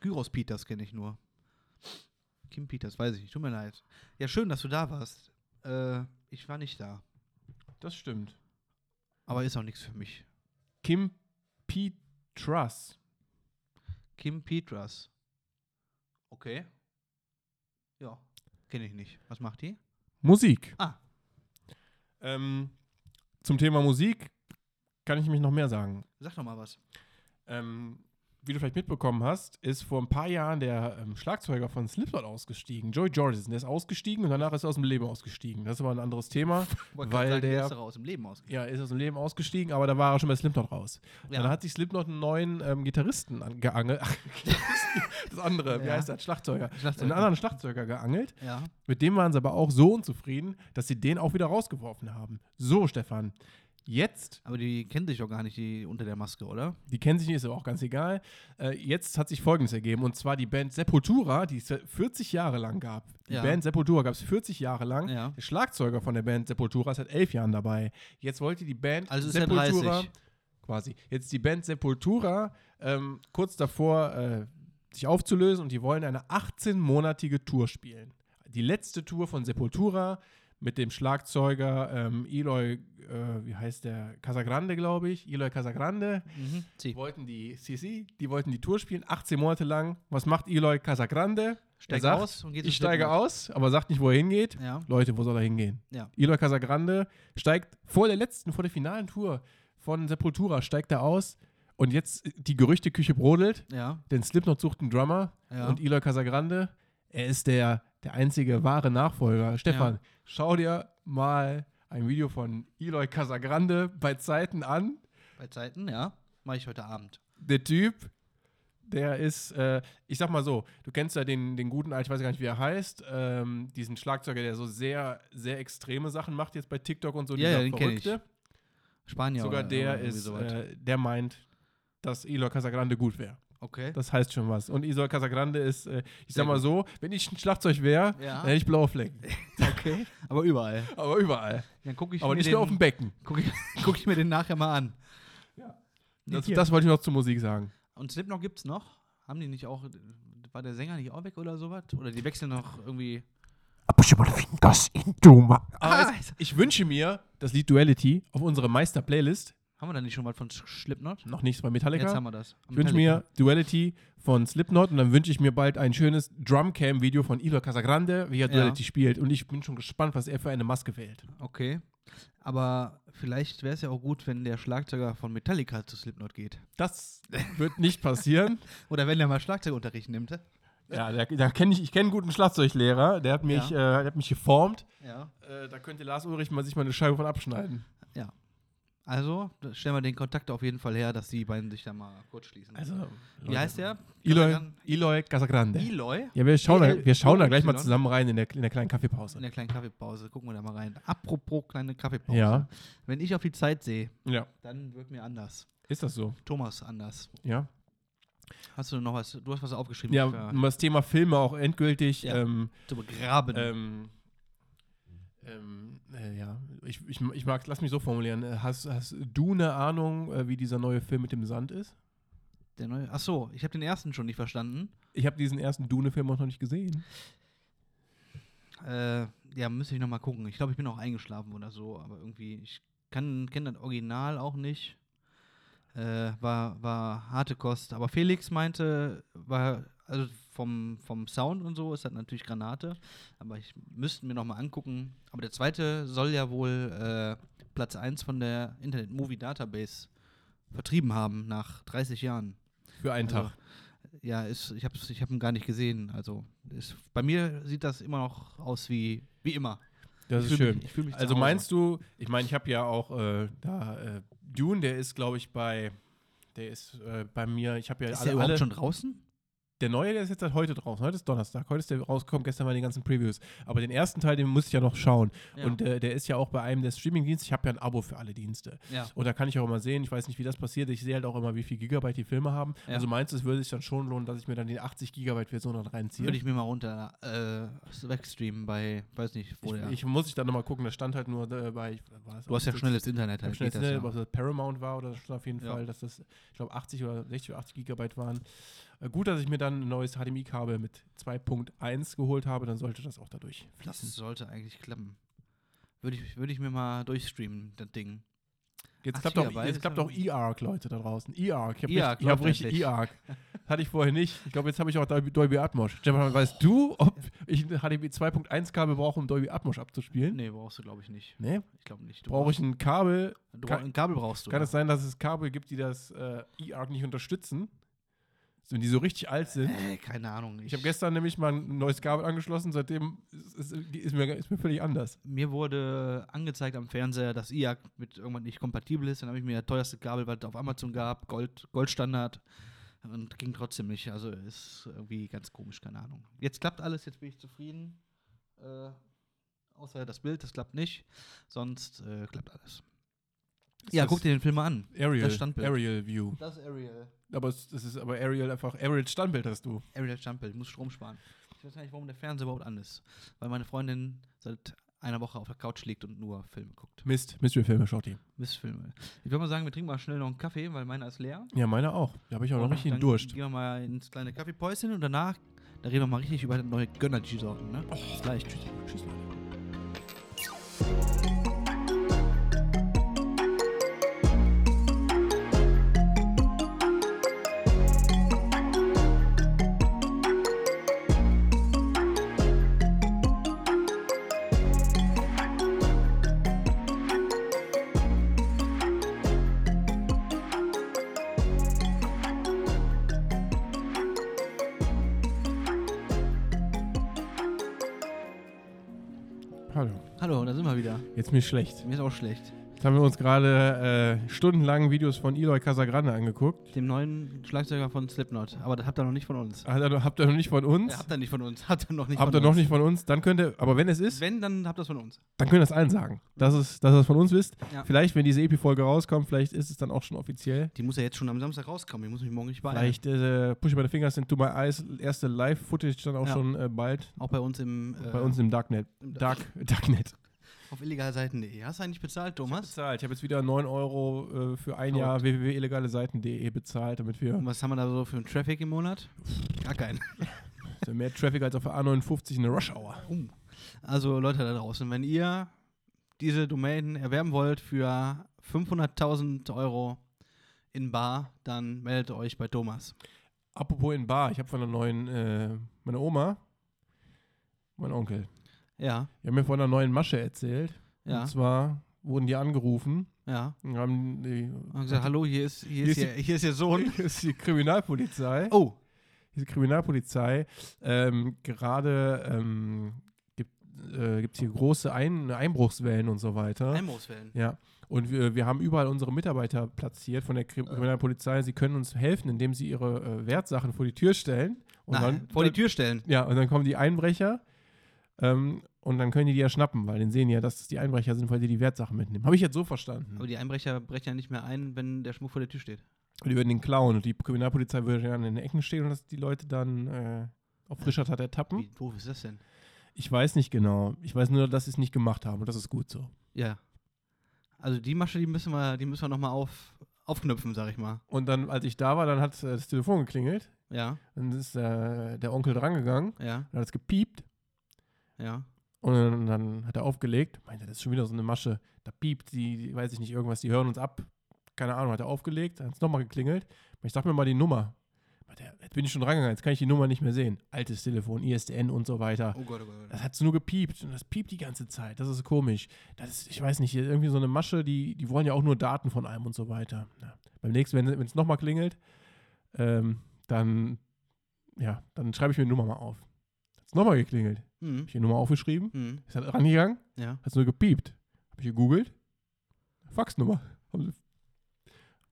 Speaker 1: Gyros Peters kenne ich nur. Kim Peters, weiß ich nicht. Tut mir leid. Ja, schön, dass du da warst. Äh, ich war nicht da.
Speaker 2: Das stimmt.
Speaker 1: Aber ist auch nichts für mich.
Speaker 2: Kim Petras.
Speaker 1: Kim Petras. Okay. Ja, kenne ich nicht. Was macht die?
Speaker 2: Musik.
Speaker 1: Ah.
Speaker 2: Ähm, zum Thema Musik kann ich mich noch mehr sagen.
Speaker 1: Sag doch mal was.
Speaker 2: Ähm, wie du vielleicht mitbekommen hast, ist vor ein paar Jahren der ähm, Schlagzeuger von Slipknot ausgestiegen, Joey Jordison. Der ist ausgestiegen und danach ist er aus dem Leben ausgestiegen. Das ist aber ein anderes Thema.
Speaker 1: Wollte
Speaker 2: Weil
Speaker 1: gerade sagen,
Speaker 2: der-
Speaker 1: ist doch aus dem Leben ausgegangen.
Speaker 2: Ja, ist aus dem Leben ausgestiegen, aber da war er schon bei Slipknot raus.
Speaker 1: Ja.
Speaker 2: Dann hat sich Slipknot einen neuen ähm, Gitarristen an- geangelt. Ach, Gitarristen, das andere, wie
Speaker 1: Ja.
Speaker 2: heißt das? Schlagzeuger.
Speaker 1: Schlagzeuger.
Speaker 2: Einen anderen Schlagzeuger geangelt.
Speaker 1: Ja.
Speaker 2: Mit dem waren sie aber auch so unzufrieden, dass sie den auch wieder rausgeworfen haben. So, Stefan. Jetzt,
Speaker 1: Aber die kennen sich doch gar nicht, die unter der Maske, oder?
Speaker 2: die kennen sich nicht, ist aber auch ganz egal. Äh, jetzt hat sich Folgendes ergeben. Und zwar die Band Sepultura, die es 40 Jahre lang gab. Die
Speaker 1: Ja.
Speaker 2: Band Sepultura gab es 40 Jahre lang.
Speaker 1: Ja.
Speaker 2: Der Schlagzeuger von der Band Sepultura ist seit elf Jahren dabei. Jetzt wollte die Band
Speaker 1: Also ist er
Speaker 2: Sepultura
Speaker 1: 30.
Speaker 2: quasi. Jetzt die Band Sepultura ähm, kurz davor äh, sich aufzulösen und die wollen eine 18-monatige Tour spielen. Die letzte Tour von Sepultura mit dem Schlagzeuger ähm, Eloy, äh, wie heißt der? Casagrande, glaube ich. Eloy Casagrande.
Speaker 1: Mhm.
Speaker 2: Die
Speaker 1: Sie.
Speaker 2: wollten die CC, die wollten die Tour spielen, 18 Monate lang. Was macht Eloy Casagrande?
Speaker 1: Steigt
Speaker 2: sagt,
Speaker 1: aus und geht zu
Speaker 2: Ich steige
Speaker 1: Slipknot.
Speaker 2: aus, aber sagt nicht, wo er hingeht.
Speaker 1: Ja.
Speaker 2: Leute, wo soll er hingehen?
Speaker 1: Ja.
Speaker 2: Eloy Casagrande steigt vor der letzten, vor der finalen Tour von Sepultura, steigt er aus und jetzt die Gerüchteküche brodelt,
Speaker 1: Ja.
Speaker 2: denn Slipknot sucht einen Drummer
Speaker 1: Ja.
Speaker 2: und Eloy Casagrande, er ist der, der einzige wahre Nachfolger. Stefan,
Speaker 1: Ja.
Speaker 2: schau dir mal ein Video von Eloy Casagrande bei Zeiten an.
Speaker 1: Bei Zeiten, ja. Mache ich heute Abend.
Speaker 2: Der Typ, der ist, äh, ich sag mal so, du kennst ja den, den guten, alten, ich weiß gar nicht, wie er heißt, ähm, diesen Schlagzeuger, der so sehr, sehr extreme Sachen macht jetzt bei TikTok und so.
Speaker 1: Ja,
Speaker 2: dieser
Speaker 1: ja, den kenn ich.
Speaker 2: Verrückte.
Speaker 1: Spanier.
Speaker 2: Sogar
Speaker 1: oder,
Speaker 2: der
Speaker 1: oder irgendwie
Speaker 2: ist,
Speaker 1: sowas.
Speaker 2: äh, der meint, dass Eloy Casagrande gut wäre.
Speaker 1: okay.
Speaker 2: Das heißt schon was. Und Eloy Casagrande ist, äh, ich
Speaker 1: Sehr
Speaker 2: sag mal
Speaker 1: gut.
Speaker 2: so, wenn ich ein Schlagzeug wäre,
Speaker 1: Ja.
Speaker 2: dann hätte ich blaue Flecken.
Speaker 1: okay. Aber überall.
Speaker 2: Aber überall.
Speaker 1: Dann gucke ich,
Speaker 2: Aber
Speaker 1: mir
Speaker 2: nicht
Speaker 1: den-
Speaker 2: nur auf dem Becken.
Speaker 1: guck ich, guck ich mir den nachher mal an.
Speaker 2: Das,
Speaker 1: Hier.
Speaker 2: das wollte ich noch zur Musik sagen.
Speaker 1: Und Slipknot gibt's noch? Haben die nicht auch, war der Sänger nicht auch weg oder sowas? Oder die wechseln noch irgendwie.
Speaker 2: Aber
Speaker 1: Ah,
Speaker 2: es,
Speaker 1: ist-
Speaker 2: ich wünsche mir das Lied Duality auf unsere Meister-Playlist.
Speaker 1: Haben wir da nicht schon was von Sch- Slipknot?
Speaker 2: Noch nichts bei Metallica.
Speaker 1: Jetzt haben wir das.
Speaker 2: Ich wünsche mir Duality von Slipknot und dann wünsche ich mir bald ein schönes Drumcam-Video von Eloy Casagrande, wie er
Speaker 1: Ja.
Speaker 2: Duality spielt. Und ich bin schon gespannt, was er für eine Maske wählt.
Speaker 1: Okay. Aber vielleicht wäre es ja auch gut, wenn der Schlagzeuger von Metallica zu Slipknot geht.
Speaker 2: Das wird nicht passieren.
Speaker 1: Oder wenn der mal Schlagzeugunterricht nimmt.
Speaker 2: ja, da, da kenne ich, ich kenne einen guten Schlagzeuglehrer, der hat mich, äh, der hat mich geformt.
Speaker 1: Ja.
Speaker 2: Äh, da könnte Lars Ulrich mal sich mal eine Scheibe von abschneiden.
Speaker 1: Also, da stellen wir den Kontakt auf jeden Fall her, dass die beiden sich da mal kurz schließen.
Speaker 2: Also,
Speaker 1: Wie heißt der?
Speaker 2: Eloy,
Speaker 1: Casagrande?
Speaker 2: Eloy Casagrande.
Speaker 1: Eloy?
Speaker 2: ja, wir schauen, da,
Speaker 1: EL
Speaker 2: wir schauen da gleich mal
Speaker 1: Y.
Speaker 2: zusammen rein in der, in der kleinen Kaffeepause.
Speaker 1: In der kleinen Kaffeepause. Gucken wir da mal rein. Apropos kleine Kaffeepause.
Speaker 2: Ja.
Speaker 1: Wenn ich auf die Zeit sehe,
Speaker 2: Ja.
Speaker 1: dann wird mir anders.
Speaker 2: Ist das so?
Speaker 1: Thomas anders.
Speaker 2: Ja.
Speaker 1: Hast du noch was? Du hast was aufgeschrieben.
Speaker 2: Ja,
Speaker 1: für-
Speaker 2: um das Thema Filme auch endgültig.
Speaker 1: Ja.
Speaker 2: Ähm,
Speaker 1: zu begraben.
Speaker 2: ähm, ähm, äh, ja, ich, ich, ich mag, lass mich so formulieren. Äh, Hast, hast du eine Ahnung, äh, wie dieser neue Film mit dem Sand ist?
Speaker 1: Der neue. Ach so, ich habe den ersten schon nicht verstanden.
Speaker 2: Ich habe diesen ersten Dune-Film auch noch nicht gesehen.
Speaker 1: Äh, ja, müsste ich noch mal gucken. Ich glaube, ich bin auch eingeschlafen oder so, aber irgendwie ich kann kenne das Original auch nicht. Äh, war war harte Kost, aber Felix meinte, war also vom vom Sound und so ist das natürlich Granate, aber ich müsste mir noch mal angucken, aber der zweite soll ja wohl äh, Platz 1 von der Internet Movie Database vertrieben haben nach 30 Jahren.
Speaker 2: Für einen
Speaker 1: Also,
Speaker 2: Tag.
Speaker 1: Ja, ist, ich habe ich hab ihn gar nicht gesehen. Also ist, bei mir sieht das immer noch aus wie, wie immer.
Speaker 2: Das
Speaker 1: ich
Speaker 2: ist
Speaker 1: fühl mich-
Speaker 2: schön.
Speaker 1: ich fühl mich zu
Speaker 2: also
Speaker 1: Hause.
Speaker 2: meinst du, ich meine, ich habe ja auch äh, da äh, Dune, der ist, glaube ich, bei. Der ist äh, bei mir, ich habe ja
Speaker 1: ist der
Speaker 2: alle,
Speaker 1: überhaupt
Speaker 2: alle
Speaker 1: schon draußen?
Speaker 2: Der neue, der ist jetzt seit heute draußen. Heute ist Donnerstag. Heute ist der rausgekommen. Gestern waren die ganzen Previews. Aber den ersten Teil, den muss ich ja noch schauen.
Speaker 1: Ja.
Speaker 2: Und äh, der ist ja auch bei einem der Streaming-Dienste. Ich habe ja ein Abo für alle Dienste.
Speaker 1: Ja.
Speaker 2: Und da kann ich auch immer sehen, ich weiß nicht, wie das passiert. Ich sehe halt auch immer, wie viel Gigabyte die Filme haben.
Speaker 1: Ja.
Speaker 2: Also meinst du, es würde sich dann schon lohnen, dass ich mir dann die 80 Gigabyte-Version dann reinziehe?
Speaker 1: Würde ich mir mal runter äh, wegstreamen bei, weiß nicht, wo
Speaker 2: ich,
Speaker 1: der.
Speaker 2: ich muss ich dann nochmal gucken. Das stand halt nur äh, bei. war es
Speaker 1: du hast ja
Speaker 2: 80?
Speaker 1: schnelles Internet,
Speaker 2: Ich hab
Speaker 1: halt
Speaker 2: schnell
Speaker 1: geht das
Speaker 2: erzählt, ob
Speaker 1: ja.
Speaker 2: das Paramount war oder schon auf jeden
Speaker 1: Ja.
Speaker 2: Fall, dass das, ich glaube, 80 oder 60 oder 80 Gigabyte waren. Äh, gut, dass ich mir dann ein neues HDMI-Kabel mit 2.1 geholt habe, dann sollte das auch dadurch
Speaker 1: Das
Speaker 2: fließen.
Speaker 1: sollte eigentlich klappen. Würde ich, würde ich mir mal durchstreamen, das Ding.
Speaker 2: Jetzt
Speaker 1: Ach,
Speaker 2: klappt, auch,
Speaker 1: Gigabyte
Speaker 2: jetzt
Speaker 1: ist
Speaker 2: klappt E
Speaker 1: ja-
Speaker 2: auch E-Arc, Leute, da draußen. E E-Arc. Ich habe
Speaker 1: E-Arc,
Speaker 2: richtig, ich hab
Speaker 1: Leute,
Speaker 2: richtig E
Speaker 1: endlich.
Speaker 2: E-Arc. Hatte ich vorher nicht. Ich glaube, jetzt habe ich auch Dolby, Dolby Atmos. Stefan, weißt du, ob ich ein HDMI 2.1-Kabel brauche, um Dolby Atmos abzuspielen?
Speaker 1: Nee, brauchst du, glaube ich, nicht.
Speaker 2: Nee.
Speaker 1: Ich glaube nicht. Du
Speaker 2: Brauche ich ein Kabel?
Speaker 1: brauchst- du brauch- ein Kabel brauchst du.
Speaker 2: Kann es sein, dass es Kabel gibt, die das äh, E-Arc nicht unterstützen? Wenn die so richtig alt sind.
Speaker 1: äh, keine Ahnung.
Speaker 2: Ich habe gestern nämlich mal ein neues Kabel angeschlossen, seitdem ist, ist, ist, mir, ist mir völlig anders.
Speaker 1: mir wurde angezeigt am Fernseher, dass IAC mit irgendwann nicht kompatibel ist. Dann habe ich mir das teuerste Kabel, was es auf Amazon gab, Gold, Goldstandard. Und ging trotzdem nicht. Also ist irgendwie ganz komisch, keine Ahnung. Jetzt klappt alles, jetzt bin ich zufrieden. Äh, außer das Bild, das klappt nicht. Sonst äh, klappt alles. ja,
Speaker 2: das
Speaker 1: guck dir den Film mal an.
Speaker 2: Aerial,
Speaker 1: das Standbild.
Speaker 2: Aerial View.
Speaker 1: Das ist Ariel.
Speaker 2: Aber es, es ist aber Aerial einfach Aerial Standbild hast du.
Speaker 1: Ariel das Standbild, muss Strom sparen. Ich weiß gar nicht, warum der Fernseher überhaupt an ist. Weil meine Freundin seit einer Woche auf der Couch liegt und nur Filme guckt.
Speaker 2: Mist, Mystery-Filme, Shorty.
Speaker 1: Missfilme. Ich würde mal sagen, wir trinken mal schnell noch einen Kaffee, weil meiner ist leer.
Speaker 2: Ja, meine auch. Da habe ich auch noch richtig
Speaker 1: Dann
Speaker 2: einen Durst.
Speaker 1: Gehen wir mal ins kleine Kaffeepäuschen und danach, da reden wir mal richtig über neue Gönner-G-Sorten.
Speaker 2: Oh.
Speaker 1: Ne? Bis gleich. Tschüss.
Speaker 2: Tschüss, Leute. Hallo.
Speaker 1: Hallo, da sind wir wieder.
Speaker 2: Jetzt mir schlecht.
Speaker 1: Mir ist auch schlecht.
Speaker 2: Jetzt haben wir uns gerade äh, stundenlang Videos von Eloy Casagrande angeguckt.
Speaker 1: Dem neuen Schlagzeuger von Slipknot. Aber das habt ihr noch nicht von uns.
Speaker 2: Hat er, noch- Ah, habt ihr noch nicht von
Speaker 1: Ja,
Speaker 2: uns?
Speaker 1: habt ihr nicht von uns. Habt ihr noch nicht
Speaker 2: habt ihr
Speaker 1: von
Speaker 2: noch
Speaker 1: uns.
Speaker 2: nicht von uns? Dann könnt ihr, aber wenn es ist,
Speaker 1: Wenn, dann habt ihr es von uns.
Speaker 2: dann könnt ihr es allen sagen, dass, es, dass ihr es von uns wisst.
Speaker 1: Ja.
Speaker 2: Vielleicht, wenn diese Epi-Folge rauskommt, vielleicht ist es dann auch schon offiziell.
Speaker 1: Die muss ja jetzt schon am Samstag rauskommen. Ich muss mich morgen nicht beeilen.
Speaker 2: Vielleicht äh, Push by the Fingers into My Eyes, erste Live-Footage dann auch
Speaker 1: Ja.
Speaker 2: schon äh, bald
Speaker 1: Auch bei uns im. Äh,
Speaker 2: bei uns im Darknet.
Speaker 1: im
Speaker 2: Dark, Darknet.
Speaker 1: Auf illegalseiten.de. Hast du eigentlich bezahlt, Thomas?
Speaker 2: bezahlt. Ich habe jetzt wieder 9 Euro äh, für ein
Speaker 1: Verrückt.
Speaker 2: Jahr www.illegaleseiten.de E bezahlt, damit wir
Speaker 1: Und was haben wir da so für einen Traffic im Monat? Gar keinen.
Speaker 2: also mehr Traffic als auf der A59 in der Rush Hour.
Speaker 1: Um. Also Leute da draußen, wenn ihr diese Domain erwerben wollt für 500.000 Euro in Bar, dann meldet euch bei Thomas.
Speaker 2: Apropos in Bar, ich habe von der neuen, äh, meine Oma, mein Onkel,
Speaker 1: Ja,
Speaker 2: die haben mir von einer neuen Masche erzählt.
Speaker 1: ja,
Speaker 2: Und zwar wurden die angerufen
Speaker 1: ja.
Speaker 2: und haben die,
Speaker 1: Und gesagt, hallo, hier ist, hier ist,
Speaker 2: Hier
Speaker 1: ihr, hier ist ihr Sohn.
Speaker 2: Hier ist die Kriminalpolizei.
Speaker 1: Oh,
Speaker 2: Diese Kriminalpolizei, ähm, gerade ähm, gibt es hier große Ein Einbruchswellen und so weiter.
Speaker 1: Einbruchswellen.
Speaker 2: Ja, und wir, wir haben überall unsere Mitarbeiter platziert von der Kri
Speaker 1: Äh.
Speaker 2: Kriminalpolizei. Sie können uns helfen, indem sie ihre äh, Wertsachen vor die Tür stellen. Und
Speaker 1: Na,
Speaker 2: dann,
Speaker 1: vor die Tür stellen.
Speaker 2: Ja, und dann kommen die Einbrecher ähm, und dann können die die ja schnappen, weil dann sehen die ja, dass es die Einbrecher sind, weil die die Wertsachen mitnehmen. Habe ich jetzt so verstanden.
Speaker 1: Aber die Einbrecher brechen ja nicht mehr ein, wenn der Schmuck vor der Tür steht.
Speaker 2: Und die würden den klauen und die Kriminalpolizei würde dann in den Ecken stehen und dass die Leute dann äh, auf frischer Tat ertappen.
Speaker 1: Wie doof ist das denn?
Speaker 2: Ich weiß nicht genau. Ich weiß nur, dass sie es nicht gemacht haben und das ist gut so.
Speaker 1: Ja. Also die Masche, die müssen wir, die müssen wir nochmal auf, aufknüpfen, sag ich mal.
Speaker 2: Und dann, als ich da war, dann hat äh, das Telefon geklingelt.
Speaker 1: Ja,
Speaker 2: Dann ist äh, der Onkel drangegangen.
Speaker 1: ja,
Speaker 2: Dann hat es gepiept
Speaker 1: ja.
Speaker 2: und dann, dann hat er aufgelegt. Meinte, das ist schon wieder so eine Masche. Da piept die, die weiß ich nicht, irgendwas, die hören uns ab. Keine Ahnung, hat er aufgelegt, hat es nochmal geklingelt. Aber ich dachte mir mal die Nummer. Meinte er, Jetzt bin ich schon rangegangen, jetzt kann ich die Nummer nicht mehr sehen. Altes Telefon, ISDN und so weiter.
Speaker 1: Oh Gott, oh Gott.
Speaker 2: Das hat es nur gepiept und das piept die ganze Zeit. Das ist komisch. Das ist, ich weiß nicht, hier irgendwie so eine Masche, die, die wollen ja auch nur Daten von einem und so weiter. Ja. Beim nächsten, wenn es nochmal klingelt, ähm, dann, ja, dann schreibe ich mir die Nummer mal auf. Hat es nochmal geklingelt.
Speaker 1: Mhm.
Speaker 2: Hab ich die Nummer aufgeschrieben,
Speaker 1: Mhm.
Speaker 2: ist halt rangegangen,
Speaker 1: Ja.
Speaker 2: hat nur gepiept. Hab ich gegoogelt. Faxnummer. Haben sie-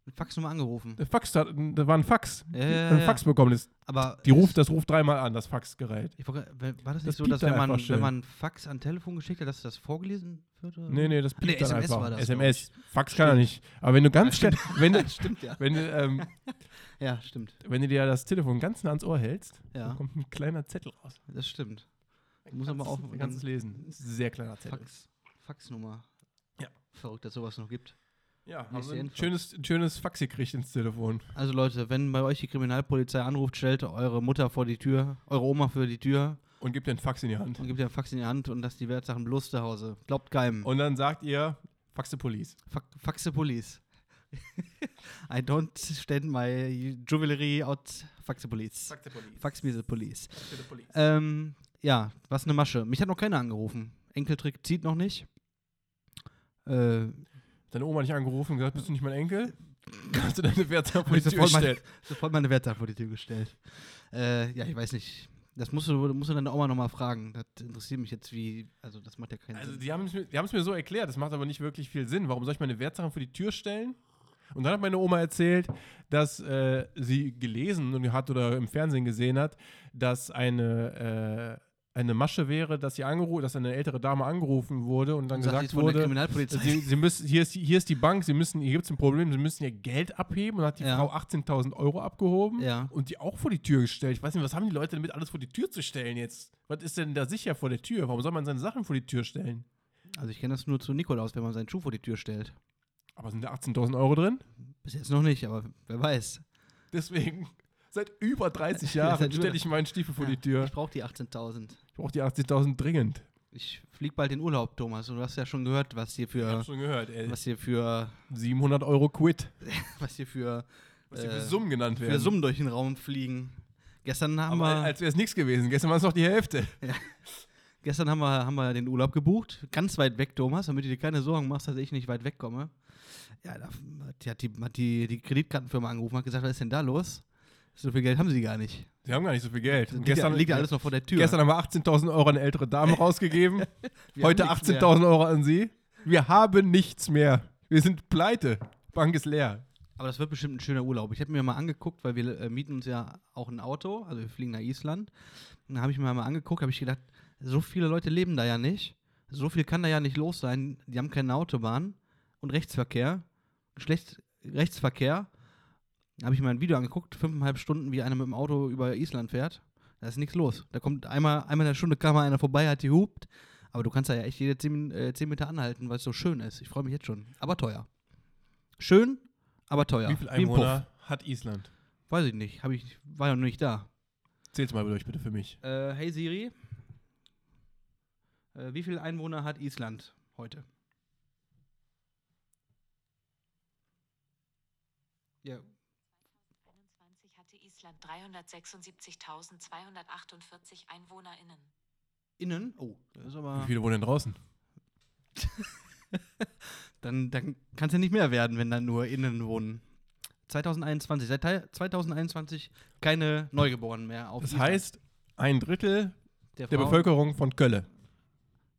Speaker 1: Mit Faxnummer angerufen.
Speaker 2: Der Fax, hat- da war ein Fax.
Speaker 1: Ja, ja,
Speaker 2: ein
Speaker 1: ja.
Speaker 2: äh, Fax bekommen. Das,
Speaker 1: Aber
Speaker 2: die ruft, das ruft dreimal an, das Faxgerät.
Speaker 1: Ich wollt grad- war das nicht
Speaker 2: Das
Speaker 1: so,
Speaker 2: piept
Speaker 1: dass
Speaker 2: dann
Speaker 1: wenn
Speaker 2: einfach
Speaker 1: man,
Speaker 2: schön.
Speaker 1: wenn man Fax an Telefon geschickt hat, dass das vorgelesen wird? oder?
Speaker 2: Nee, nee, das piept
Speaker 1: Mhm. nee,
Speaker 2: dann
Speaker 1: SMS
Speaker 2: einfach.
Speaker 1: war das,
Speaker 2: SMS. Fax kann er nicht. Aber wenn du ganz schnell, wenn du,
Speaker 1: Stimmt, ja.
Speaker 2: wenn du, ähm,
Speaker 1: Ja, stimmt.
Speaker 2: wenn du dir das Telefon ganz nah ans Ohr hältst, dann
Speaker 1: Ja,
Speaker 2: kommt ein kleiner Zettel raus.
Speaker 1: das stimmt. Muss aber auch-
Speaker 2: ein ganzes Lesen. Sehr kleiner Ah, Zettel.
Speaker 1: Fax, Faxnummer.
Speaker 2: Ja.
Speaker 1: Verrückt, dass sowas noch gibt.
Speaker 2: Ja,
Speaker 1: Nicht
Speaker 2: haben sie ein
Speaker 1: jedenfalls.
Speaker 2: schönes, ein schönes Fax gekriegt ins Telefon.
Speaker 1: Also Leute, wenn bei euch die Kriminalpolizei anruft, stellt eure Mutter vor die Tür, eure Oma vor die Tür
Speaker 2: Und gibt dir ein Fax in die Hand.
Speaker 1: und gebt ihr ein Fax in die Hand und lasst die Wertsachen bloß zu Hause. Glaubt keinem.
Speaker 2: Und dann sagt ihr, Faxe Police.
Speaker 1: Fa Faxe Police. I don't stand my jewelry out. Fax the police.
Speaker 2: Fuck the police.
Speaker 1: Fax me the police.
Speaker 2: the police.
Speaker 1: Ähm, ja, was eine Masche. Mich hat noch keiner angerufen. Enkeltrick zieht noch nicht. Äh,
Speaker 2: Deine Oma hat dich angerufen und gesagt, bist du nicht mein Enkel? Kannst du deine Wertsache vor
Speaker 1: Hab ich
Speaker 2: die Tür
Speaker 1: sofort, meine,
Speaker 2: stellen?
Speaker 1: sofort meine Werte vor die Tür gestellt. Äh, ja, ich weiß nicht. Das musst du, musst du deine Oma nochmal fragen. Das interessiert mich jetzt wie. Also, das macht ja keinen
Speaker 2: Also,
Speaker 1: Sinn.
Speaker 2: die haben es mir, die haben's mir so erklärt, das macht aber nicht wirklich viel Sinn. Warum soll ich meine Wertsachen vor die Tür stellen? Und dann hat meine Oma erzählt, dass äh, sie gelesen und hat oder im Fernsehen gesehen hat, dass eine, äh, eine Masche wäre, dass sie angerufen, dass eine ältere Dame angerufen wurde und dann
Speaker 1: Sagt sie
Speaker 2: gesagt
Speaker 1: jetzt von der
Speaker 2: wurde,
Speaker 1: Kriminalpolizei.
Speaker 2: Sie, sie müssen, hier, ist, hier ist die Bank, sie müssen, hier gibt es ein Problem, sie müssen ihr Geld abheben und hat die
Speaker 1: Ja.
Speaker 2: Frau 18.000 Euro abgehoben
Speaker 1: Ja.
Speaker 2: und die auch vor die Tür gestellt. Ich weiß nicht, was haben die Leute damit alles vor die Tür zu stellen jetzt? Was ist denn da sicher vor der Tür? Warum soll man seine Sachen vor die Tür stellen?
Speaker 1: also, ich kenne das nur zu Nikolaus, wenn man seinen Schuh vor die Tür stellt.
Speaker 2: Aber sind da 18.000 Euro drin?
Speaker 1: Bis jetzt noch nicht, aber wer weiß.
Speaker 2: Deswegen, seit über 30
Speaker 1: Ja,
Speaker 2: Jahren
Speaker 1: seit über-
Speaker 2: stelle ich meinen Stiefel vor
Speaker 1: Ja,
Speaker 2: die Tür.
Speaker 1: Ich brauche die 18.000.
Speaker 2: Ich brauche die 80.000 dringend.
Speaker 1: Ich fliege bald in Urlaub, Thomas. Und du hast ja schon gehört, was hier
Speaker 2: Ich
Speaker 1: für.
Speaker 2: schon gehört, ey.
Speaker 1: Was hier für.
Speaker 2: 700 Euro Quid.
Speaker 1: Was hier für.
Speaker 2: Was hier für
Speaker 1: äh,
Speaker 2: Summen genannt werden.
Speaker 1: für Summen durch den Raum fliegen. Gestern haben
Speaker 2: Aber
Speaker 1: wir.
Speaker 2: als wäre es nichts gewesen. Gestern war es noch die Hälfte.
Speaker 1: Gestern haben wir, haben wir den Urlaub gebucht. Ganz weit weg, Thomas, damit du dir keine Sorgen machst, dass ich nicht weit wegkomme. Ja, da die hat, die, hat die, die Kreditkartenfirma angerufen hat gesagt, was ist denn da los? So viel Geld haben sie gar nicht.
Speaker 2: Sie haben gar nicht so viel Geld. Und
Speaker 1: Liegt, ja, liegt ja alles noch vor der Tür.
Speaker 2: Gestern haben wir 18.000 Euro an eine ältere Dame rausgegeben.
Speaker 1: Wir
Speaker 2: Heute
Speaker 1: haben nichts mehr.
Speaker 2: 18.000 Euro an Sie. Wir haben nichts mehr. Wir sind pleite. Bank ist leer.
Speaker 1: Aber das wird bestimmt ein schöner Urlaub. Ich habe mir mal angeguckt, weil wir äh, mieten uns ja auch ein Auto, also wir fliegen nach Island. Dann habe ich mir mal angeguckt, habe ich gedacht, so viele Leute leben da ja nicht. So viel kann da ja nicht los sein. Die haben keine Autobahn und Rechtsverkehr. Schlecht Rechtsverkehr. Da habe ich mir ein Video angeguckt, fünfeinhalb Stunden, wie einer mit dem Auto über Island fährt. Da ist nichts los. Da kommt einmal, einmal in der Stunde kam mal einer vorbei, hat gehupt. Aber du kannst da ja echt jede 10, äh, 10 Meter anhalten, weil es so schön ist. Ich freue mich jetzt schon. Aber teuer. Schön, aber teuer.
Speaker 2: Wie viel
Speaker 1: ein Puff.
Speaker 2: Einwohner hat Island?
Speaker 1: Weiß ich nicht. Hab ich, war ja noch nicht da.
Speaker 2: Zähl's mal durch, bitte, für mich.
Speaker 1: Äh, hey Siri. Äh, wie viele Einwohner hat Island heute? Ja,
Speaker 3: 2021 hatte Island 376.248 EinwohnerInnen.
Speaker 1: innen. Oh, das ist aber.
Speaker 2: Wie viele wohnen denn draußen?
Speaker 1: Dann, dann kann es ja nicht mehr werden, wenn dann nur innen wohnen. 2021, seit Teil- 2021 keine Neugeborenen mehr auf
Speaker 2: Das
Speaker 1: Island.
Speaker 2: heißt, ein Drittel
Speaker 1: der,
Speaker 2: der
Speaker 1: Frauen-
Speaker 2: Bevölkerung von Kölle.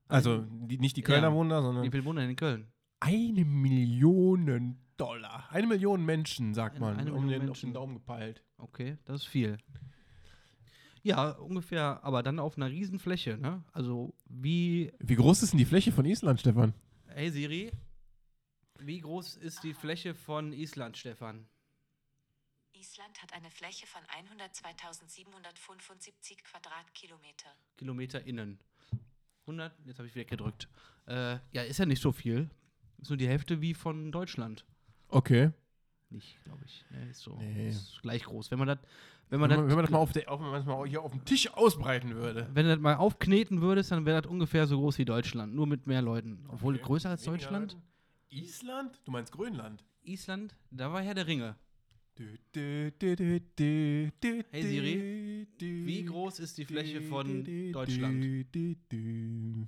Speaker 2: Also die, nicht die Kölner
Speaker 1: Ja.
Speaker 2: wohnen da,
Speaker 1: Wie
Speaker 2: sondern
Speaker 1: viele wohnen denn in Köln?
Speaker 2: eine Million Dollar. Eine Million Menschen, sagt
Speaker 1: Eine-
Speaker 2: man.
Speaker 1: eine
Speaker 2: um
Speaker 1: Million
Speaker 2: den, auf
Speaker 1: Menschen.
Speaker 2: den Daumen gepeilt.
Speaker 1: Okay, das ist viel. Ja, ungefähr, aber dann auf einer Riesenfläche, ne? Also wie,
Speaker 2: Wie groß ist denn die Fläche von Island, Stefan?
Speaker 1: hey Siri, wie groß ist die Fläche von Island, Stefan?
Speaker 3: Island hat eine Fläche von 102.775 Quadratkilometer.
Speaker 1: Kilometer innen. 100, jetzt habe ich wieder gedrückt. Äh, ja, ist ja nicht so viel. Ist nur die Hälfte wie von Deutschland.
Speaker 2: Okay.
Speaker 1: Nicht, glaube ich. Ne, ist so
Speaker 2: Nee.
Speaker 1: ist gleich groß. Wenn man das wenn man
Speaker 2: Wenn man, wenn man das
Speaker 1: das
Speaker 2: mal, auf der, auch wenn man das mal hier auf dem Tisch ausbreiten würde.
Speaker 1: wenn du das mal aufkneten würdest, dann wäre das ungefähr so groß wie Deutschland, nur mit mehr Leuten. Obwohl
Speaker 2: Okay.
Speaker 1: größer als
Speaker 2: Weniger
Speaker 1: Deutschland.
Speaker 2: Leuten. Island? Du meinst Grönland?
Speaker 1: Island, da war Herr der Ringe.
Speaker 2: Du, du, du, du, du, du,
Speaker 1: Hey Siri,
Speaker 2: du,
Speaker 1: Wie
Speaker 2: du,
Speaker 1: groß ist die
Speaker 2: du,
Speaker 1: Fläche von
Speaker 2: du, du,
Speaker 1: Deutschland?
Speaker 2: du, du.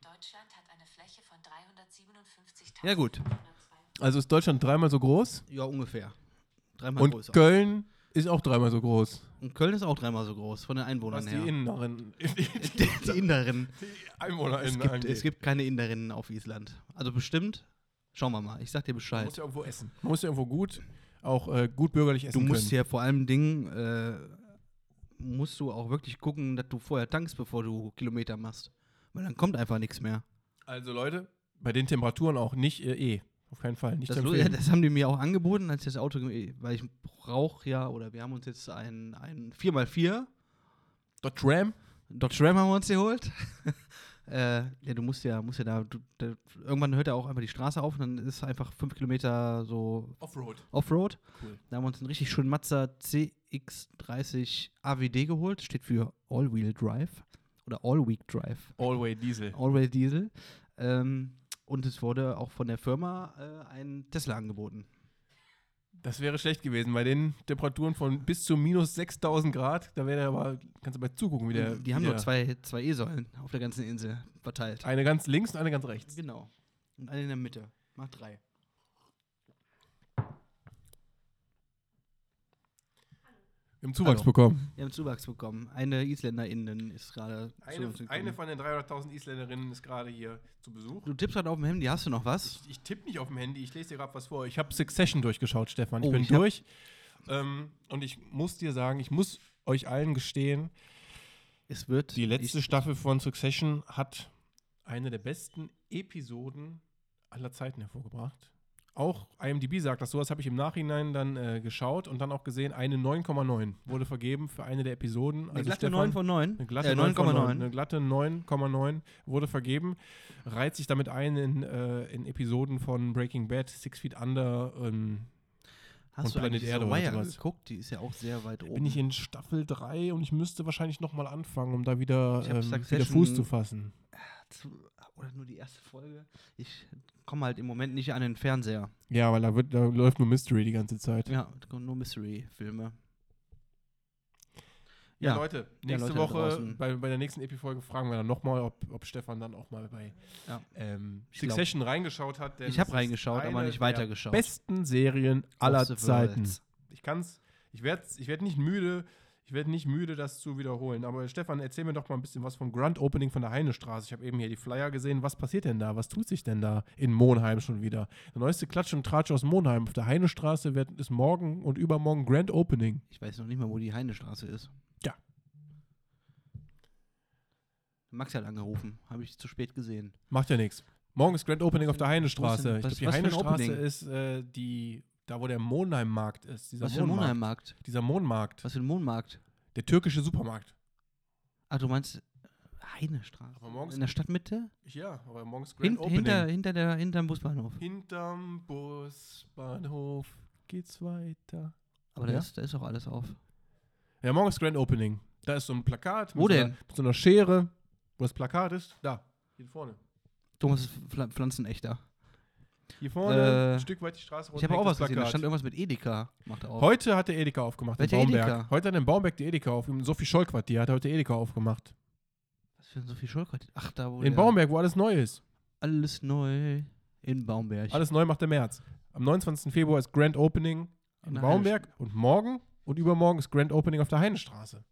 Speaker 3: Deutschland hat eine Fläche von 357.000.
Speaker 1: Ja, gut.
Speaker 2: Also ist Deutschland dreimal so groß
Speaker 1: Ja, ungefähr. Dreimal
Speaker 2: und
Speaker 1: größer.
Speaker 2: Köln ist auch dreimal so groß.
Speaker 1: Und Köln ist auch dreimal so groß, von den
Speaker 2: Was
Speaker 1: Einwohnern
Speaker 2: die
Speaker 1: her.
Speaker 2: Inneren. Die
Speaker 1: die, die Inderinnen. Es
Speaker 2: EinwohnerInnen
Speaker 1: gibt,
Speaker 2: angeht.
Speaker 1: es gibt keine Inderinnen auf Island. Also bestimmt, schauen wir mal. Ich sag dir
Speaker 2: Man
Speaker 1: Bescheid.
Speaker 2: muss ja irgendwo essen. Man muss ja irgendwo gut, auch äh, gut bürgerlich
Speaker 1: du
Speaker 2: essen
Speaker 1: musst
Speaker 2: können.
Speaker 1: ja vor allem Dingen, äh, musst du auch wirklich gucken, dass du vorher tankst, bevor du Kilometer machst. Weil dann kommt einfach nichts mehr.
Speaker 2: Also Leute, bei den Temperaturen auch nicht äh, eh. Auf keinen Fall. Nicht
Speaker 1: Das,
Speaker 2: zu
Speaker 1: lo- ja,
Speaker 2: empfehlen.
Speaker 1: das haben die mir auch angeboten, als ich das Auto, ge- weil ich brauche ja, oder wir haben uns jetzt ein, ein 4x4
Speaker 2: Dort Ram?
Speaker 1: Dodge Ram haben wir uns geholt. äh, ja, du musst ja, musst ja da, du, da, irgendwann hört ja auch einfach die Straße auf und dann ist einfach fünf Kilometer so
Speaker 2: Offroad.
Speaker 1: Offroad.
Speaker 2: Cool.
Speaker 1: Da haben wir uns einen richtig schönen Mazda CX30 AWD geholt. Steht für All-Wheel Drive oder All-Week Drive.
Speaker 2: Allway Diesel.
Speaker 1: All-Wheel Diesel. Ähm, Und es wurde auch von der Firma äh, ein Tesla angeboten.
Speaker 2: Das wäre schlecht gewesen bei den Temperaturen von bis zu minus 6000 Grad. Da wäre der aber, kannst du bei zugucken, wie der.
Speaker 1: die haben
Speaker 2: wie
Speaker 1: nur
Speaker 2: der-
Speaker 1: zwei, zwei E-Säulen auf der ganzen Insel verteilt.
Speaker 2: Eine ganz links und eine ganz rechts.
Speaker 1: Genau. Und eine in der Mitte. Macht drei.
Speaker 2: Wir haben Zuwachs
Speaker 1: Hallo.
Speaker 2: bekommen.
Speaker 1: Wir haben Zuwachs bekommen. Eine Isländerin ist gerade zu
Speaker 2: Eine,
Speaker 1: uns gekommen.
Speaker 2: eine von den 300.000 Isländerinnen ist gerade hier zu Besuch.
Speaker 1: Du tippst gerade auf dem Handy, hast du noch was?
Speaker 2: Ich, ich tippe nicht auf dem Handy, ich lese dir gerade was vor. Ich habe Succession durchgeschaut, Stefan. Ich
Speaker 1: Oh,
Speaker 2: bin
Speaker 1: ich hab-
Speaker 2: durch. Ähm, und ich muss dir sagen, ich muss euch allen gestehen,
Speaker 1: Es wird.
Speaker 2: die letzte
Speaker 1: ich,
Speaker 2: Staffel von Succession hat eine der besten Episoden aller Zeiten hervorgebracht. Auch IMDb sagt das so, das habe ich im Nachhinein dann äh, geschaut und dann auch gesehen, eine 9,9 wurde vergeben für eine der Episoden.
Speaker 1: eine glatte 9 von 9.
Speaker 2: also Eine glatte
Speaker 1: äh,
Speaker 2: 9,9.
Speaker 1: 9,9.
Speaker 2: Eine glatte 9,9 wurde vergeben. Reiht sich damit ein in, äh, in Episoden von Breaking Bad, Six Feet Under. Ähm,
Speaker 1: Hast
Speaker 2: und
Speaker 1: du
Speaker 2: Planet
Speaker 1: eigentlich
Speaker 2: Erde
Speaker 1: Erde
Speaker 2: oder
Speaker 1: Wire
Speaker 2: sowas.
Speaker 1: geguckt? Die ist ja auch sehr weit oben.
Speaker 2: bin ich in Staffel 3 und ich müsste wahrscheinlich nochmal anfangen, um da wieder,
Speaker 1: Ich hab
Speaker 2: ähm, wieder
Speaker 1: Succession-
Speaker 2: Fuß zu fassen.
Speaker 1: Zu- Oder nur die erste Folge. Ich komme halt im Moment nicht an den Fernseher.
Speaker 2: Ja, weil da, wird, da läuft nur Mystery die ganze Zeit.
Speaker 1: Ja, da kommen nur Mystery-Filme.
Speaker 2: Ja,
Speaker 1: Ja,
Speaker 2: Leute,
Speaker 1: Ja,
Speaker 2: nächste
Speaker 1: Leute da
Speaker 2: Woche,
Speaker 1: draußen.
Speaker 2: bei, bei der nächsten Epi-Folge fragen wir dann nochmal, ob, ob Stefan dann auch mal bei
Speaker 1: Ja.
Speaker 2: ähm,
Speaker 1: Ich glaub-
Speaker 2: Succession reingeschaut hat. denn
Speaker 1: ich habe
Speaker 2: es ist
Speaker 1: reingeschaut, aber
Speaker 2: eine
Speaker 1: nicht
Speaker 2: der
Speaker 1: weitergeschaut.
Speaker 2: Besten Serien aller
Speaker 1: Of the
Speaker 2: Zeiten.
Speaker 1: Worlds.
Speaker 2: Ich kann's, ich werde ich werd nicht müde, ich werde nicht müde, das zu wiederholen. Aber Stefan, erzähl mir doch mal ein bisschen was vom Grand Opening von der Heinestraße. Ich habe eben hier die Flyer gesehen. Was passiert denn da? Was tut sich denn da in Monheim schon wieder? Der neueste Klatsch und Tratsch aus Monheim. Auf der Heinestraße wird, ist morgen und übermorgen Grand Opening.
Speaker 1: Ich weiß noch nicht mal, wo die Heinestraße ist.
Speaker 2: Tja.
Speaker 1: Max hat angerufen. Habe ich zu spät gesehen.
Speaker 2: Macht ja nichts. Morgen ist Grand Opening auf der
Speaker 1: denn-
Speaker 2: Heinestraße. Ich
Speaker 1: was-
Speaker 2: glaube, die
Speaker 1: was für ein
Speaker 2: Heinestraße
Speaker 1: Opening?
Speaker 2: ist äh, die, da wo der Monheim-Markt ist. Dieser
Speaker 1: Was für ein
Speaker 2: Mohnmarkt.
Speaker 1: Mohnheim-Markt?
Speaker 2: Dieser Mohnmarkt.
Speaker 1: Was für ein Mohnmarkt?
Speaker 2: Der türkische Supermarkt.
Speaker 1: Ah, du meinst Heinestraße?
Speaker 2: Aber morgens-
Speaker 1: In der Stadtmitte?
Speaker 2: Ja, aber morgen ist
Speaker 1: Hin, hinter, hinter der, hinterm Busbahnhof.
Speaker 2: Hinterm Busbahnhof geht's weiter.
Speaker 1: Aber da,
Speaker 2: Ja?
Speaker 1: ist, da ist auch alles auf.
Speaker 2: Ja, morgen ist Grand Opening. Da ist so ein Plakat.
Speaker 1: Wo
Speaker 2: so einer,
Speaker 1: denn?
Speaker 2: mit so einer Schere, wo das Plakat ist. Da, hier vorne.
Speaker 1: Thomas ist Pfl- Pflanzenechter.
Speaker 2: Hier vorne,
Speaker 1: Äh,
Speaker 2: ein Stück weit die Straße
Speaker 1: Ich
Speaker 2: runter.
Speaker 1: habe auch
Speaker 2: hängt
Speaker 1: was
Speaker 2: das
Speaker 1: gesehen. Da
Speaker 2: Plakat.
Speaker 1: stand irgendwas mit Edeka. Macht er auf.
Speaker 2: Heute hat der Edeka aufgemacht
Speaker 1: Welcher
Speaker 2: in Baumberg.
Speaker 1: Edeka?
Speaker 2: Heute hat in Baumberg die Edeka aufgemacht. Sophie Scholkwart, die hat heute Edeka aufgemacht.
Speaker 1: Was für ein Sophie Schollkott? Ach, da wo
Speaker 2: in
Speaker 1: der-
Speaker 2: Baumberg, wo alles neu ist.
Speaker 1: Alles neu in Baumberg.
Speaker 2: Alles neu macht der März. Am 29. Februar ist Grand Opening in
Speaker 1: In der
Speaker 2: Baumberg und morgen und übermorgen ist Grand Opening auf der Heinestraße.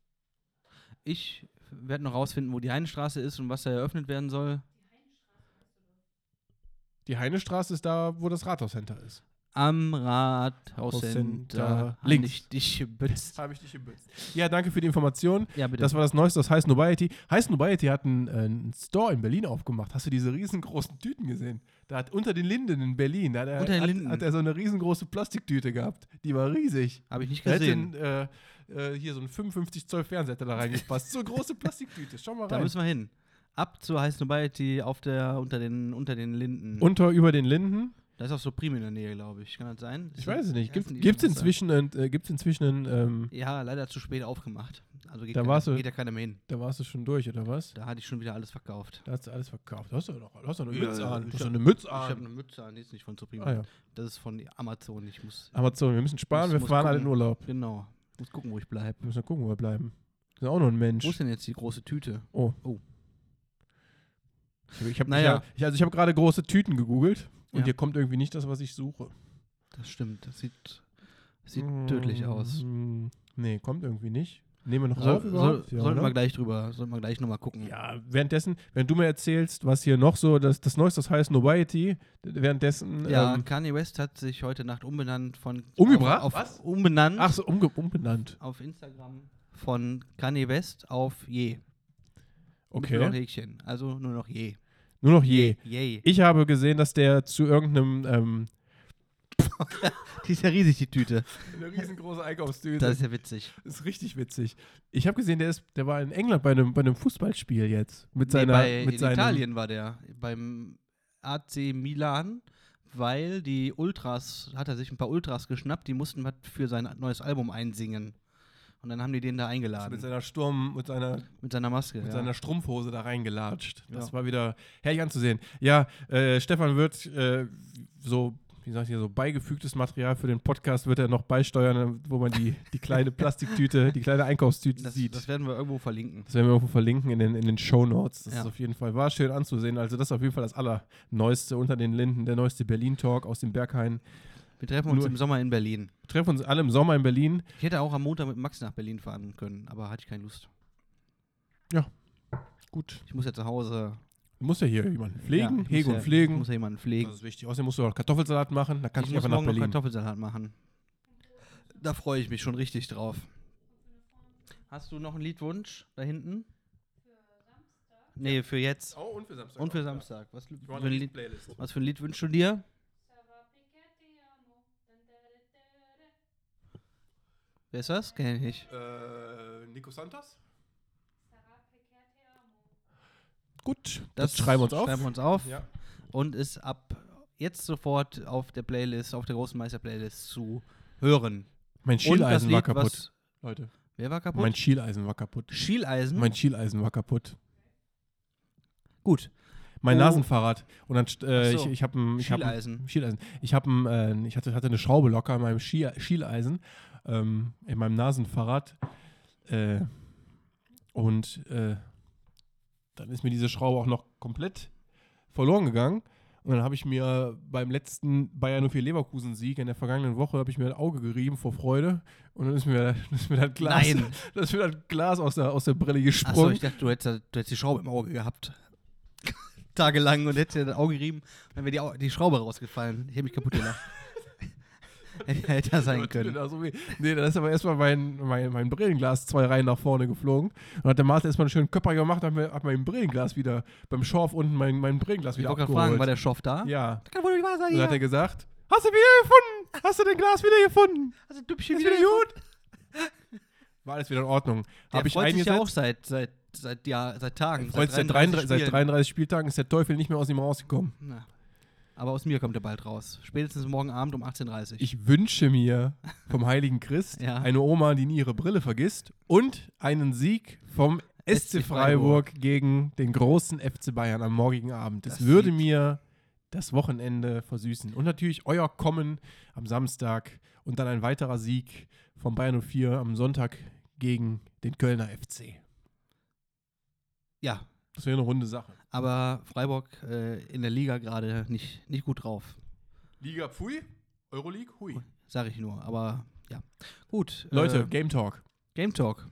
Speaker 1: Ich werde noch rausfinden, wo die Heinestraße ist und was da eröffnet werden soll.
Speaker 2: Die Heinestraße ist da, wo das Rathauscenter ist.
Speaker 1: Am Rathauscenter.
Speaker 2: Hauscenter links.
Speaker 1: Hab ich dich gebützt.
Speaker 2: Habe ich dich gebützt. Ja, danke für die Information.
Speaker 1: Ja, bitte.
Speaker 2: Das war das Neueste aus Heiß Nobiety. Heiß Nobiety hat einen, äh, einen Store in Berlin aufgemacht. Hast du diese riesengroßen Tüten gesehen? Da hat unter den Linden in Berlin, da hat er,
Speaker 1: Unter den
Speaker 2: hat,
Speaker 1: Linden.
Speaker 2: Hat er so eine riesengroße Plastiktüte gehabt. Die war riesig.
Speaker 1: Habe ich nicht
Speaker 2: Da hätte
Speaker 1: gesehen.
Speaker 2: ein, äh, äh, hier so ein 55 Zoll Fernseher hätte da reingepasst. So eine große Plastiktüte. Schau mal
Speaker 1: Da
Speaker 2: rein.
Speaker 1: müssen wir hin. Ab zur heißen Nobiety auf der, unter, den, unter den Linden.
Speaker 2: Unter über den Linden.
Speaker 1: Da ist auch so Prim in der Nähe, glaube ich. Kann das sein?
Speaker 2: Ich
Speaker 1: Ist
Speaker 2: weiß es
Speaker 1: das-
Speaker 2: nicht.
Speaker 1: heißen die
Speaker 2: Gibt es
Speaker 1: so?
Speaker 2: inzwischen, einen, äh, gibt's inzwischen einen, ähm,
Speaker 1: Ja, leider zu spät aufgemacht. Also geht,
Speaker 2: Da
Speaker 1: keiner-
Speaker 2: warst du-
Speaker 1: geht ja keiner mehr hin.
Speaker 2: da warst du schon durch, oder was?
Speaker 1: Da hatte ich schon wieder alles verkauft.
Speaker 2: Da hast du alles verkauft. Du hast doch noch, du hast doch eine
Speaker 1: Ja,
Speaker 2: Mütze an.
Speaker 1: ich
Speaker 2: Du hast doch
Speaker 1: hab-
Speaker 2: eine Mütze
Speaker 1: Ich habe eine
Speaker 2: an.
Speaker 1: Mütze an, die ist nicht von Supreme.
Speaker 2: Ah, ja.
Speaker 1: Das ist von Amazon. Ich muss.
Speaker 2: Amazon, wir müssen sparen,
Speaker 1: Muss-
Speaker 2: wir
Speaker 1: muss
Speaker 2: fahren alle in
Speaker 1: gucken.
Speaker 2: Urlaub.
Speaker 1: Genau. Ich muss gucken, wo ich bleibe.
Speaker 2: Wir müssen mal gucken, wo wir bleiben. Das ist auch nur ein Mensch.
Speaker 1: Wo ist denn jetzt die große Tüte?
Speaker 2: Oh.
Speaker 1: Oh.
Speaker 2: Ich hab- Ich habe
Speaker 1: Naja.
Speaker 2: naja. ich, also ich hab gerade große Tüten gegoogelt und
Speaker 1: Ja.
Speaker 2: hier kommt irgendwie nicht das, was ich suche.
Speaker 1: Das stimmt. Das sieht, das sieht
Speaker 2: Hm.
Speaker 1: tödlich aus.
Speaker 2: Mm, Nee, kommt irgendwie nicht. Nehmen wir noch
Speaker 1: Soll,
Speaker 2: auf überhaupt?
Speaker 1: soll,
Speaker 2: ja,
Speaker 1: sollten
Speaker 2: oder?
Speaker 1: wir gleich drüber, sollten wir gleich nochmal gucken.
Speaker 2: ja, währenddessen, wenn du mir erzählst, was hier noch so, das, das Neueste, das heißt Nobiety, währenddessen.
Speaker 1: Ja,
Speaker 2: ähm,
Speaker 1: Kanye West hat sich heute Nacht umbenannt von
Speaker 2: Umgebracht?
Speaker 1: Auf,
Speaker 2: Was?
Speaker 1: auf, umbenannt
Speaker 2: ach so, umge umbenannt.
Speaker 1: auf Instagram von Kanye West auf Je. Mit Nur noch
Speaker 2: Okay.
Speaker 1: Häkchen. Also nur noch Je.
Speaker 2: Nur noch je.
Speaker 1: Yay.
Speaker 2: Ich habe gesehen, dass der zu irgendeinem. Ähm,
Speaker 1: Die ist ja riesig, die Tüte.
Speaker 2: eine riesengroße Einkaufstüte.
Speaker 1: Das ist ja witzig.
Speaker 2: Das ist richtig witzig. Ich habe gesehen, der, ist, der war in England bei einem, bei einem Fußballspiel jetzt. Mit seiner.
Speaker 1: nee, bei,
Speaker 2: mit
Speaker 1: in
Speaker 2: seinem,
Speaker 1: Italien war der. Beim AC Milan, weil die Ultras, hat er sich ein paar Ultras geschnappt, die mussten was für sein neues Album einsingen. Und dann haben die den da
Speaker 2: Ist Mit
Speaker 1: eingeladen.
Speaker 2: seiner Sturm, mit seiner
Speaker 1: Mit seiner Maske.
Speaker 2: mit
Speaker 1: ja.
Speaker 2: seiner Strumpfhose da reingelatscht. Das
Speaker 1: Ja.
Speaker 2: war wieder herrlich anzusehen. Ja, äh, Stefan wird äh, so, wie sag ich hier, so beigefügtes Material für den Podcast wird er noch beisteuern, wo man die, die kleine Plastiktüte, die kleine Einkaufstüte
Speaker 1: das,
Speaker 2: sieht.
Speaker 1: das werden wir irgendwo verlinken.
Speaker 2: Das werden wir irgendwo verlinken in den, in den Show Notes. Das
Speaker 1: Ja.
Speaker 2: ist auf jeden Fall, war schön anzusehen. Also, das ist auf jeden Fall das Allerneueste unter den Linden, der neueste Berlin-Talk aus dem Berghain.
Speaker 1: Wir treffen uns
Speaker 2: Nur-
Speaker 1: im Sommer in Berlin.
Speaker 2: Wir treffen uns alle im Sommer in Berlin.
Speaker 1: Ich hätte auch am Montag mit Max nach Berlin fahren können, aber hatte ich keine Lust.
Speaker 2: Gut.
Speaker 1: Ich muss ja zu Hause.
Speaker 2: Muss ja hier jemanden pflegen,
Speaker 1: ja, ich
Speaker 2: hegen
Speaker 1: muss
Speaker 2: und
Speaker 1: ja, Ich
Speaker 2: pflegen.
Speaker 1: muss ja jemanden
Speaker 2: Das
Speaker 1: pflegen.
Speaker 2: ist wichtig. Außerdem musst du auch Kartoffelsalat machen. Da kannst
Speaker 1: ich
Speaker 2: du
Speaker 1: muss
Speaker 2: nicht einfach nach
Speaker 1: morgen noch
Speaker 2: Berlin.
Speaker 1: Kartoffelsalat machen. Da freue ich mich schon richtig drauf. Hast du noch einen Liedwunsch da hinten? Für Samstag? Nee, für jetzt.
Speaker 2: Oh, und für Samstag.
Speaker 1: Und für
Speaker 2: auch,
Speaker 1: Samstag. Was,
Speaker 2: ja.
Speaker 1: für ein Lied,
Speaker 2: Playlist.
Speaker 1: was für ein Lied wünschst du dir? Wer ist das? Kenn ich nicht.
Speaker 2: Äh, Nico Santos? Gut,
Speaker 1: Das
Speaker 2: das, schreiben wir uns auf.
Speaker 1: Schreiben wir uns auf.
Speaker 2: Ja.
Speaker 1: Und ist ab jetzt sofort auf der Playlist, auf der großen Meister-Playlist zu hören.
Speaker 2: Mein
Speaker 1: Und das
Speaker 2: Schieleisen war
Speaker 1: Lied,
Speaker 2: kaputt.
Speaker 1: was-
Speaker 2: Leute,
Speaker 1: Wer war kaputt?
Speaker 2: mein Schieleisen war kaputt.
Speaker 1: Schieleisen.
Speaker 2: Mein Schieleisen war kaputt.
Speaker 1: Gut.
Speaker 2: Mein
Speaker 1: Oh.
Speaker 2: Nasenfahrrad. Und dann, st- äh,
Speaker 1: Ach so.
Speaker 2: ich, ich habe ein ich hab ein-
Speaker 1: Schieleisen.
Speaker 2: Schieleisen. Ich habe ein, äh, ich hatte, hatte eine Schraube locker in meinem Schie Schieleisen, ähm, in meinem Nasenfahrrad. Äh, und äh, dann ist mir diese Schraube auch noch komplett verloren gegangen. Und dann habe ich mir beim letzten Bayern 04 Leverkusen-Sieg in der vergangenen Woche habe ich mir ein Auge gerieben vor Freude. Und dann ist mir, ist mir das Glas,
Speaker 1: Nein.
Speaker 2: Das ist mir das Glas aus der, aus der Brille
Speaker 1: Achso,
Speaker 2: gesprungen.
Speaker 1: ich dachte, du hättest, du hättest die Schraube im Auge gehabt. Tagelang und hättest dir das Auge gerieben. Dann wäre die, Au- die Schraube rausgefallen. Ich hätte mich kaputt gelacht. hätte hätte das sein können.
Speaker 2: Da so weh. nee, da ist aber erstmal mein, mein, mein Brillenglas zwei Reihen nach vorne geflogen. Und hat der Martin erstmal einen schönen Köpper gemacht, hat, mir, hat mein Brillenglas wieder, beim Schorf unten mein, mein Brillenglas
Speaker 1: Ich
Speaker 2: wieder
Speaker 1: wollte gerade
Speaker 2: abgeholt.
Speaker 1: fragen, war der Schoff da?
Speaker 2: ja.
Speaker 1: Kann wohl nicht wahr sein.
Speaker 2: Und dann
Speaker 1: Hier.
Speaker 2: hat er gesagt, hast du wieder gefunden? Hast du den Glas wieder gefunden?
Speaker 1: also Düppchen
Speaker 2: Ist
Speaker 1: wieder gut.
Speaker 2: wieder gut? War alles wieder in Ordnung.
Speaker 1: Der
Speaker 2: Habe ich
Speaker 1: freut sich ja auch
Speaker 2: eingesetzt.
Speaker 1: seit, seit, seit, ja, seit Tagen.
Speaker 2: Freut sich seit, 33, seit
Speaker 1: Spielen.
Speaker 2: 33 Spieltagen ist der Teufel nicht mehr aus ihm rausgekommen.
Speaker 1: Na. Aber aus mir kommt er bald raus. Spätestens morgen Abend um 18.30 Uhr.
Speaker 2: Ich wünsche mir vom heiligen Christ
Speaker 1: Ja.
Speaker 2: eine Oma, die nie ihre Brille vergisst und einen Sieg vom
Speaker 1: SC
Speaker 2: SC Freiburg gegen den großen FC Bayern am morgigen Abend. Das,
Speaker 1: Das
Speaker 2: würde
Speaker 1: sieht-
Speaker 2: mir das Wochenende versüßen. Und natürlich euer Kommen am Samstag und dann ein weiterer Sieg vom Bayern 04 am Sonntag gegen den Kölner FC.
Speaker 1: ja,
Speaker 2: Das wäre eine runde Sache.
Speaker 1: aber Freiburg äh, in der Liga gerade nicht, nicht gut drauf.
Speaker 2: Liga Pfui, Euroleague Hui.
Speaker 1: Sage ich nur. Aber ja. Gut.
Speaker 2: Leute,
Speaker 1: äh,
Speaker 2: Game Talk.
Speaker 1: Game Talk.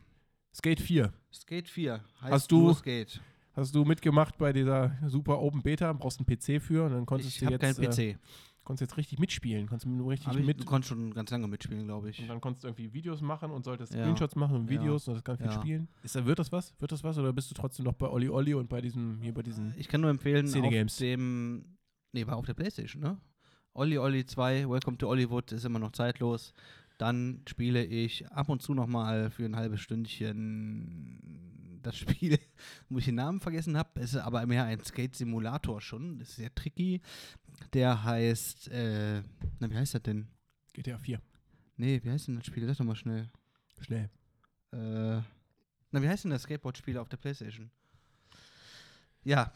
Speaker 2: Skate 4.
Speaker 1: Skate 4. Heißt
Speaker 2: Hast du-
Speaker 1: nur Skate.
Speaker 2: Hast du mitgemacht bei dieser super Open Beta? Brauchst einen PC für und dann konntest
Speaker 1: Ich
Speaker 2: du
Speaker 1: habe
Speaker 2: jetzt,
Speaker 1: keinen PC.
Speaker 2: Äh, konntest jetzt richtig mitspielen. Konntest du richtig
Speaker 1: Aber ich,
Speaker 2: mit
Speaker 1: du konntest schon ganz lange mitspielen, glaube ich.
Speaker 2: und dann konntest du irgendwie Videos machen und solltest
Speaker 1: Ja.
Speaker 2: Screenshots machen und
Speaker 1: Ja.
Speaker 2: Videos und das ganz viel
Speaker 1: Ja.
Speaker 2: spielen. Ist, da- wird das was? Wird das was oder bist du trotzdem noch bei Olli Olli und bei diesem hier bei diesen
Speaker 1: Ich kann nur empfehlen,
Speaker 2: Szene
Speaker 1: auf
Speaker 2: Games.
Speaker 1: dem. Nee, war auf der Playstation, ne? Olli Olli 2, Welcome to Hollywood, ist immer noch zeitlos. Dann spiele ich ab und zu nochmal für ein halbes Stündchen das Spiel, wo ich den Namen vergessen habe. Es ist aber mehr ein Skate-Simulator schon. Das ist sehr tricky. Der heißt, äh, na, wie heißt das denn?
Speaker 2: GTA 4?
Speaker 1: Nee, wie heißt denn das Spiel? Sag doch mal schnell.
Speaker 2: Schnell.
Speaker 1: Äh, na, wie heißt denn das Skateboard-Spiel auf der Playstation? Ja,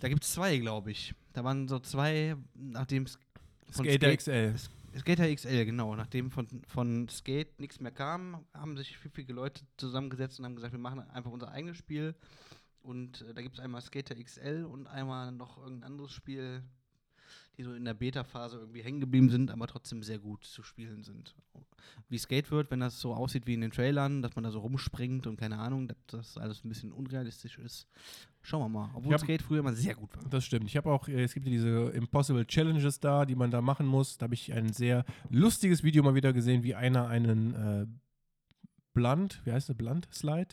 Speaker 1: da gibt es zwei, glaube ich. Da waren so zwei, nachdem S- von
Speaker 2: Skater
Speaker 1: Skate-
Speaker 2: XL.
Speaker 1: Skater XL, genau. Nachdem von, von Skate nichts mehr kam, haben sich viel, viele Leute zusammengesetzt und haben gesagt, wir machen einfach unser eigenes Spiel. Und äh, da gibt es einmal Skater XL und einmal noch irgendein anderes Spiel, die so in der Beta-Phase irgendwie hängen geblieben sind, aber trotzdem sehr gut zu spielen sind. Wie Skate wird, wenn das so aussieht wie in den Trailern, dass man da so rumspringt und keine Ahnung, dass das alles ein bisschen unrealistisch ist. Schauen wir mal. Obwohl
Speaker 2: hab-
Speaker 1: Skate früher immer sehr gut war.
Speaker 2: Das stimmt. Ich habe auch, äh, es gibt ja diese Impossible Challenges da, die man da machen muss. Da habe ich ein sehr lustiges Video mal wieder gesehen, wie einer einen äh, Blunt, wie heißt der Blunt Slide?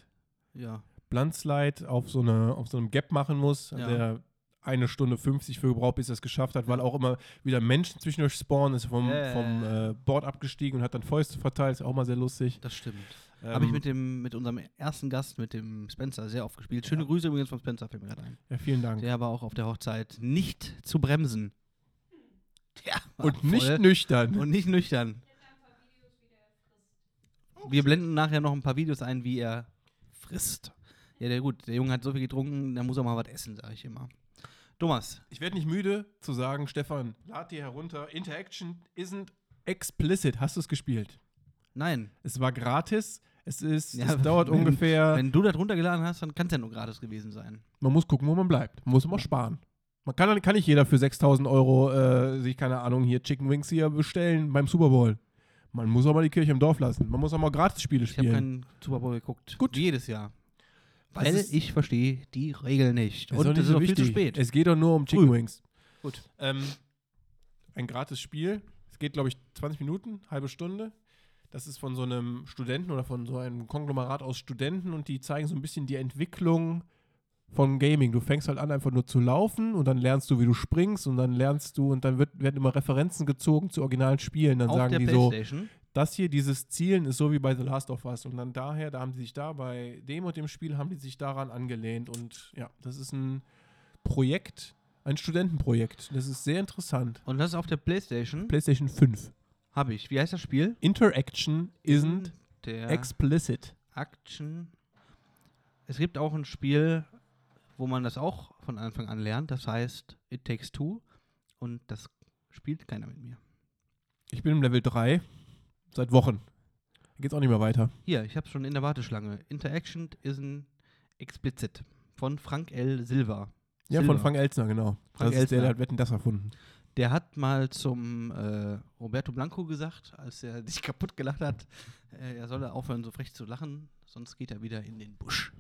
Speaker 1: Ja.
Speaker 2: Blundslide auf so, eine, auf so einem Gap machen muss,
Speaker 1: Ja.
Speaker 2: der eine Stunde 50 für gebraucht, bis er es geschafft hat, weil auch immer wieder Menschen zwischendurch spawnen, ist vom,
Speaker 1: Ja, ja,
Speaker 2: vom
Speaker 1: ja.
Speaker 2: äh, Board abgestiegen und hat dann Fäuste verteilt, ist auch mal sehr lustig.
Speaker 1: Das stimmt.
Speaker 2: Ähm,
Speaker 1: Habe ich mit, dem, mit unserem ersten Gast, mit dem Spencer, sehr oft gespielt. Schöne
Speaker 2: Ja.
Speaker 1: Grüße übrigens von Spencer, fällt mir gerade ein.
Speaker 2: ja, vielen Dank.
Speaker 1: Der war auch auf der Hochzeit nicht zu bremsen. Ja, war
Speaker 2: und nicht
Speaker 1: voll.
Speaker 2: nüchtern.
Speaker 1: und nicht nüchtern. wir blenden nachher noch ein paar Videos ein, wie er frisst. Ja, der gut, der Junge hat so viel getrunken, da muss er mal was essen, sage ich immer. Thomas,
Speaker 2: Ich werde nicht müde zu sagen, Stefan, lad dir herunter. Interaction isn't explicit. Hast du es gespielt?
Speaker 1: nein.
Speaker 2: Es war gratis. Es ist,
Speaker 1: Ja,
Speaker 2: es dauert
Speaker 1: wenn-
Speaker 2: ungefähr.
Speaker 1: Wenn du das runtergeladen hast, dann kann es ja nur gratis gewesen sein.
Speaker 2: man muss gucken, wo man bleibt. Man muss immer sparen. Man kann, kann nicht jeder für 6000 Euro äh, sich, keine Ahnung, hier Chicken Wings hier bestellen beim Super Bowl. Man muss auch mal die Kirche im Dorf lassen. Man muss auch mal Gratis-Spiele
Speaker 1: Ich habe
Speaker 2: spielen.
Speaker 1: keinen Super Bowl geguckt.
Speaker 2: Gut.
Speaker 1: Wie jedes Jahr. Weil
Speaker 2: ist-
Speaker 1: ich verstehe die Regeln nicht.
Speaker 2: Ist
Speaker 1: Und
Speaker 2: doch
Speaker 1: es ist
Speaker 2: so
Speaker 1: auch viel zu
Speaker 2: wichtig.
Speaker 1: spät.
Speaker 2: Es geht doch nur um Chicken Wings.
Speaker 1: Gut.
Speaker 2: Ähm, ein gratis Spiel. Es geht, glaube ich, 20 Minuten, halbe Stunde. Das ist von so einem Studenten oder von so einem Konglomerat aus Studenten und die zeigen so ein bisschen die Entwicklung von Gaming. Du fängst halt an, einfach nur zu laufen und dann lernst du, wie du springst und dann lernst du und dann wird, werden immer Referenzen gezogen zu originalen Spielen. Dann
Speaker 1: Auf
Speaker 2: sagen
Speaker 1: der
Speaker 2: die so,
Speaker 1: Playstation.
Speaker 2: das hier, dieses Zielen ist so wie bei The Last of Us. Und dann daher, da haben die sich da bei dem und dem Spiel, haben die sich daran angelehnt. Und ja, das ist ein Projekt, ein Studentenprojekt. Das ist sehr interessant.
Speaker 1: Und das ist auf der Playstation.
Speaker 2: PlayStation 5.
Speaker 1: habe ich. Wie heißt das Spiel?
Speaker 2: Interaction isn't
Speaker 1: der
Speaker 2: explicit.
Speaker 1: Action. Es gibt auch ein Spiel, wo man das auch von Anfang an lernt. Das heißt It Takes Two. Und das spielt keiner mit mir.
Speaker 2: Ich bin im Level 3 seit Wochen. Geht's auch nicht mehr weiter.
Speaker 1: Hier, ich habe schon in der Warteschlange. Interaction isn't explicit. Von Frank L. Silva.
Speaker 2: Ja,
Speaker 1: Silver.
Speaker 2: von Frank Elzner, genau.
Speaker 1: Frank
Speaker 2: das ist der,
Speaker 1: Elstner.
Speaker 2: der hat Wetten das erfunden.
Speaker 1: Der hat mal zum äh, Roberto Blanco gesagt, als er sich kaputt gelacht hat, äh, er solle aufhören, so frech zu lachen, sonst geht er wieder in den Busch.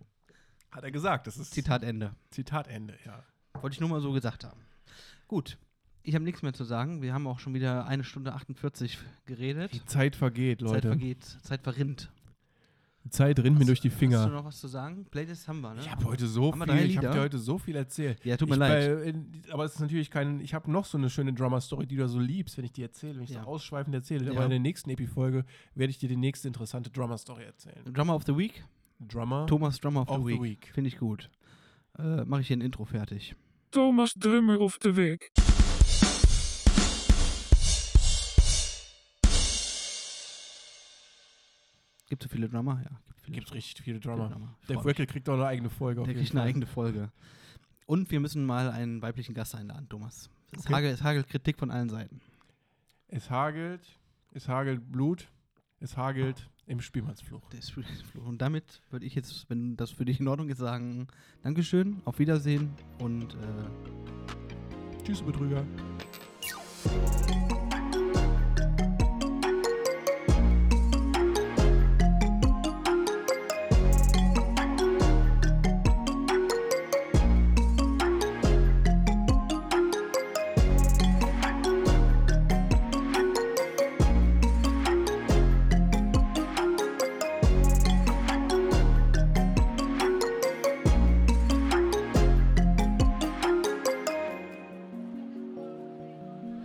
Speaker 2: Hat er gesagt. Das ist
Speaker 1: Zitat Ende.
Speaker 2: Zitatende, ja.
Speaker 1: Wollte ich nur mal so gesagt haben. Gut, ich habe nichts mehr zu sagen. Wir haben auch schon wieder eine Stunde 48 geredet.
Speaker 2: Die Zeit vergeht, Leute.
Speaker 1: Zeit vergeht, Zeit verrinnt.
Speaker 2: Die Zeit rinnt mir
Speaker 1: Hast-
Speaker 2: durch die Finger.
Speaker 1: Hast du noch was zu sagen? Playlist haben wir, ne?
Speaker 2: Ich habe heute so
Speaker 1: Haben wir drei
Speaker 2: viel, ich habe
Speaker 1: Lieder?
Speaker 2: dir heute so viel erzählt.
Speaker 1: Ja, tut mir
Speaker 2: ich,
Speaker 1: leid.
Speaker 2: bei- in- aber es ist natürlich kein, ich habe noch so eine schöne Drama-Story, die du so liebst, wenn ich die erzähle, wenn ich
Speaker 1: Ja.
Speaker 2: so ausschweifend erzähle.
Speaker 1: Ja.
Speaker 2: Aber in der nächsten Epifolge werde ich dir die nächste interessante Drama-Story erzählen.
Speaker 1: Drummer of the Week?
Speaker 2: Drama
Speaker 1: Thomas Drummer Hm. of,
Speaker 2: of
Speaker 1: the Week.
Speaker 2: Week.
Speaker 1: Finde ich gut. Äh, Mache ich hier ein Intro fertig.
Speaker 4: Thomas Drummer of the Week.
Speaker 1: Gibt so viele Drummer? Ja, gibt viele.
Speaker 2: Gibt richtig viele
Speaker 1: viele
Speaker 2: Drama.
Speaker 1: Drummer. Ich
Speaker 2: Der
Speaker 1: freu
Speaker 2: Wöckel kriegt auch eine eigene Folge. auf
Speaker 1: Genau. Der
Speaker 2: jeden
Speaker 1: kriegt eine
Speaker 2: Fall.
Speaker 1: eigene Folge. Und wir müssen mal einen weiblichen Gast einladen, Thomas. Es,
Speaker 2: Okay.
Speaker 1: hagelt, es hagelt Kritik von allen Seiten.
Speaker 2: Es hagelt, es hagelt Blut, es hagelt im Spielmannsfluch.
Speaker 1: Der ist- Und damit würde ich jetzt, wenn das für dich in Ordnung ist, sagen: Dankeschön, auf Wiedersehen und. Äh,
Speaker 2: Tschüss, du Betrüger.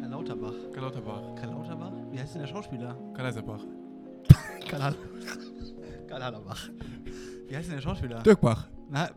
Speaker 1: Karl Lauterbach.
Speaker 2: Karl Lauterbach.
Speaker 1: Karl Lauterbach? Wie heißt denn der Schauspieler?
Speaker 2: Karl Eiserbach.
Speaker 1: Karl, Karl Lauterbach. Wie heißt denn der Schauspieler?
Speaker 2: Dirk Bach.
Speaker 1: Na,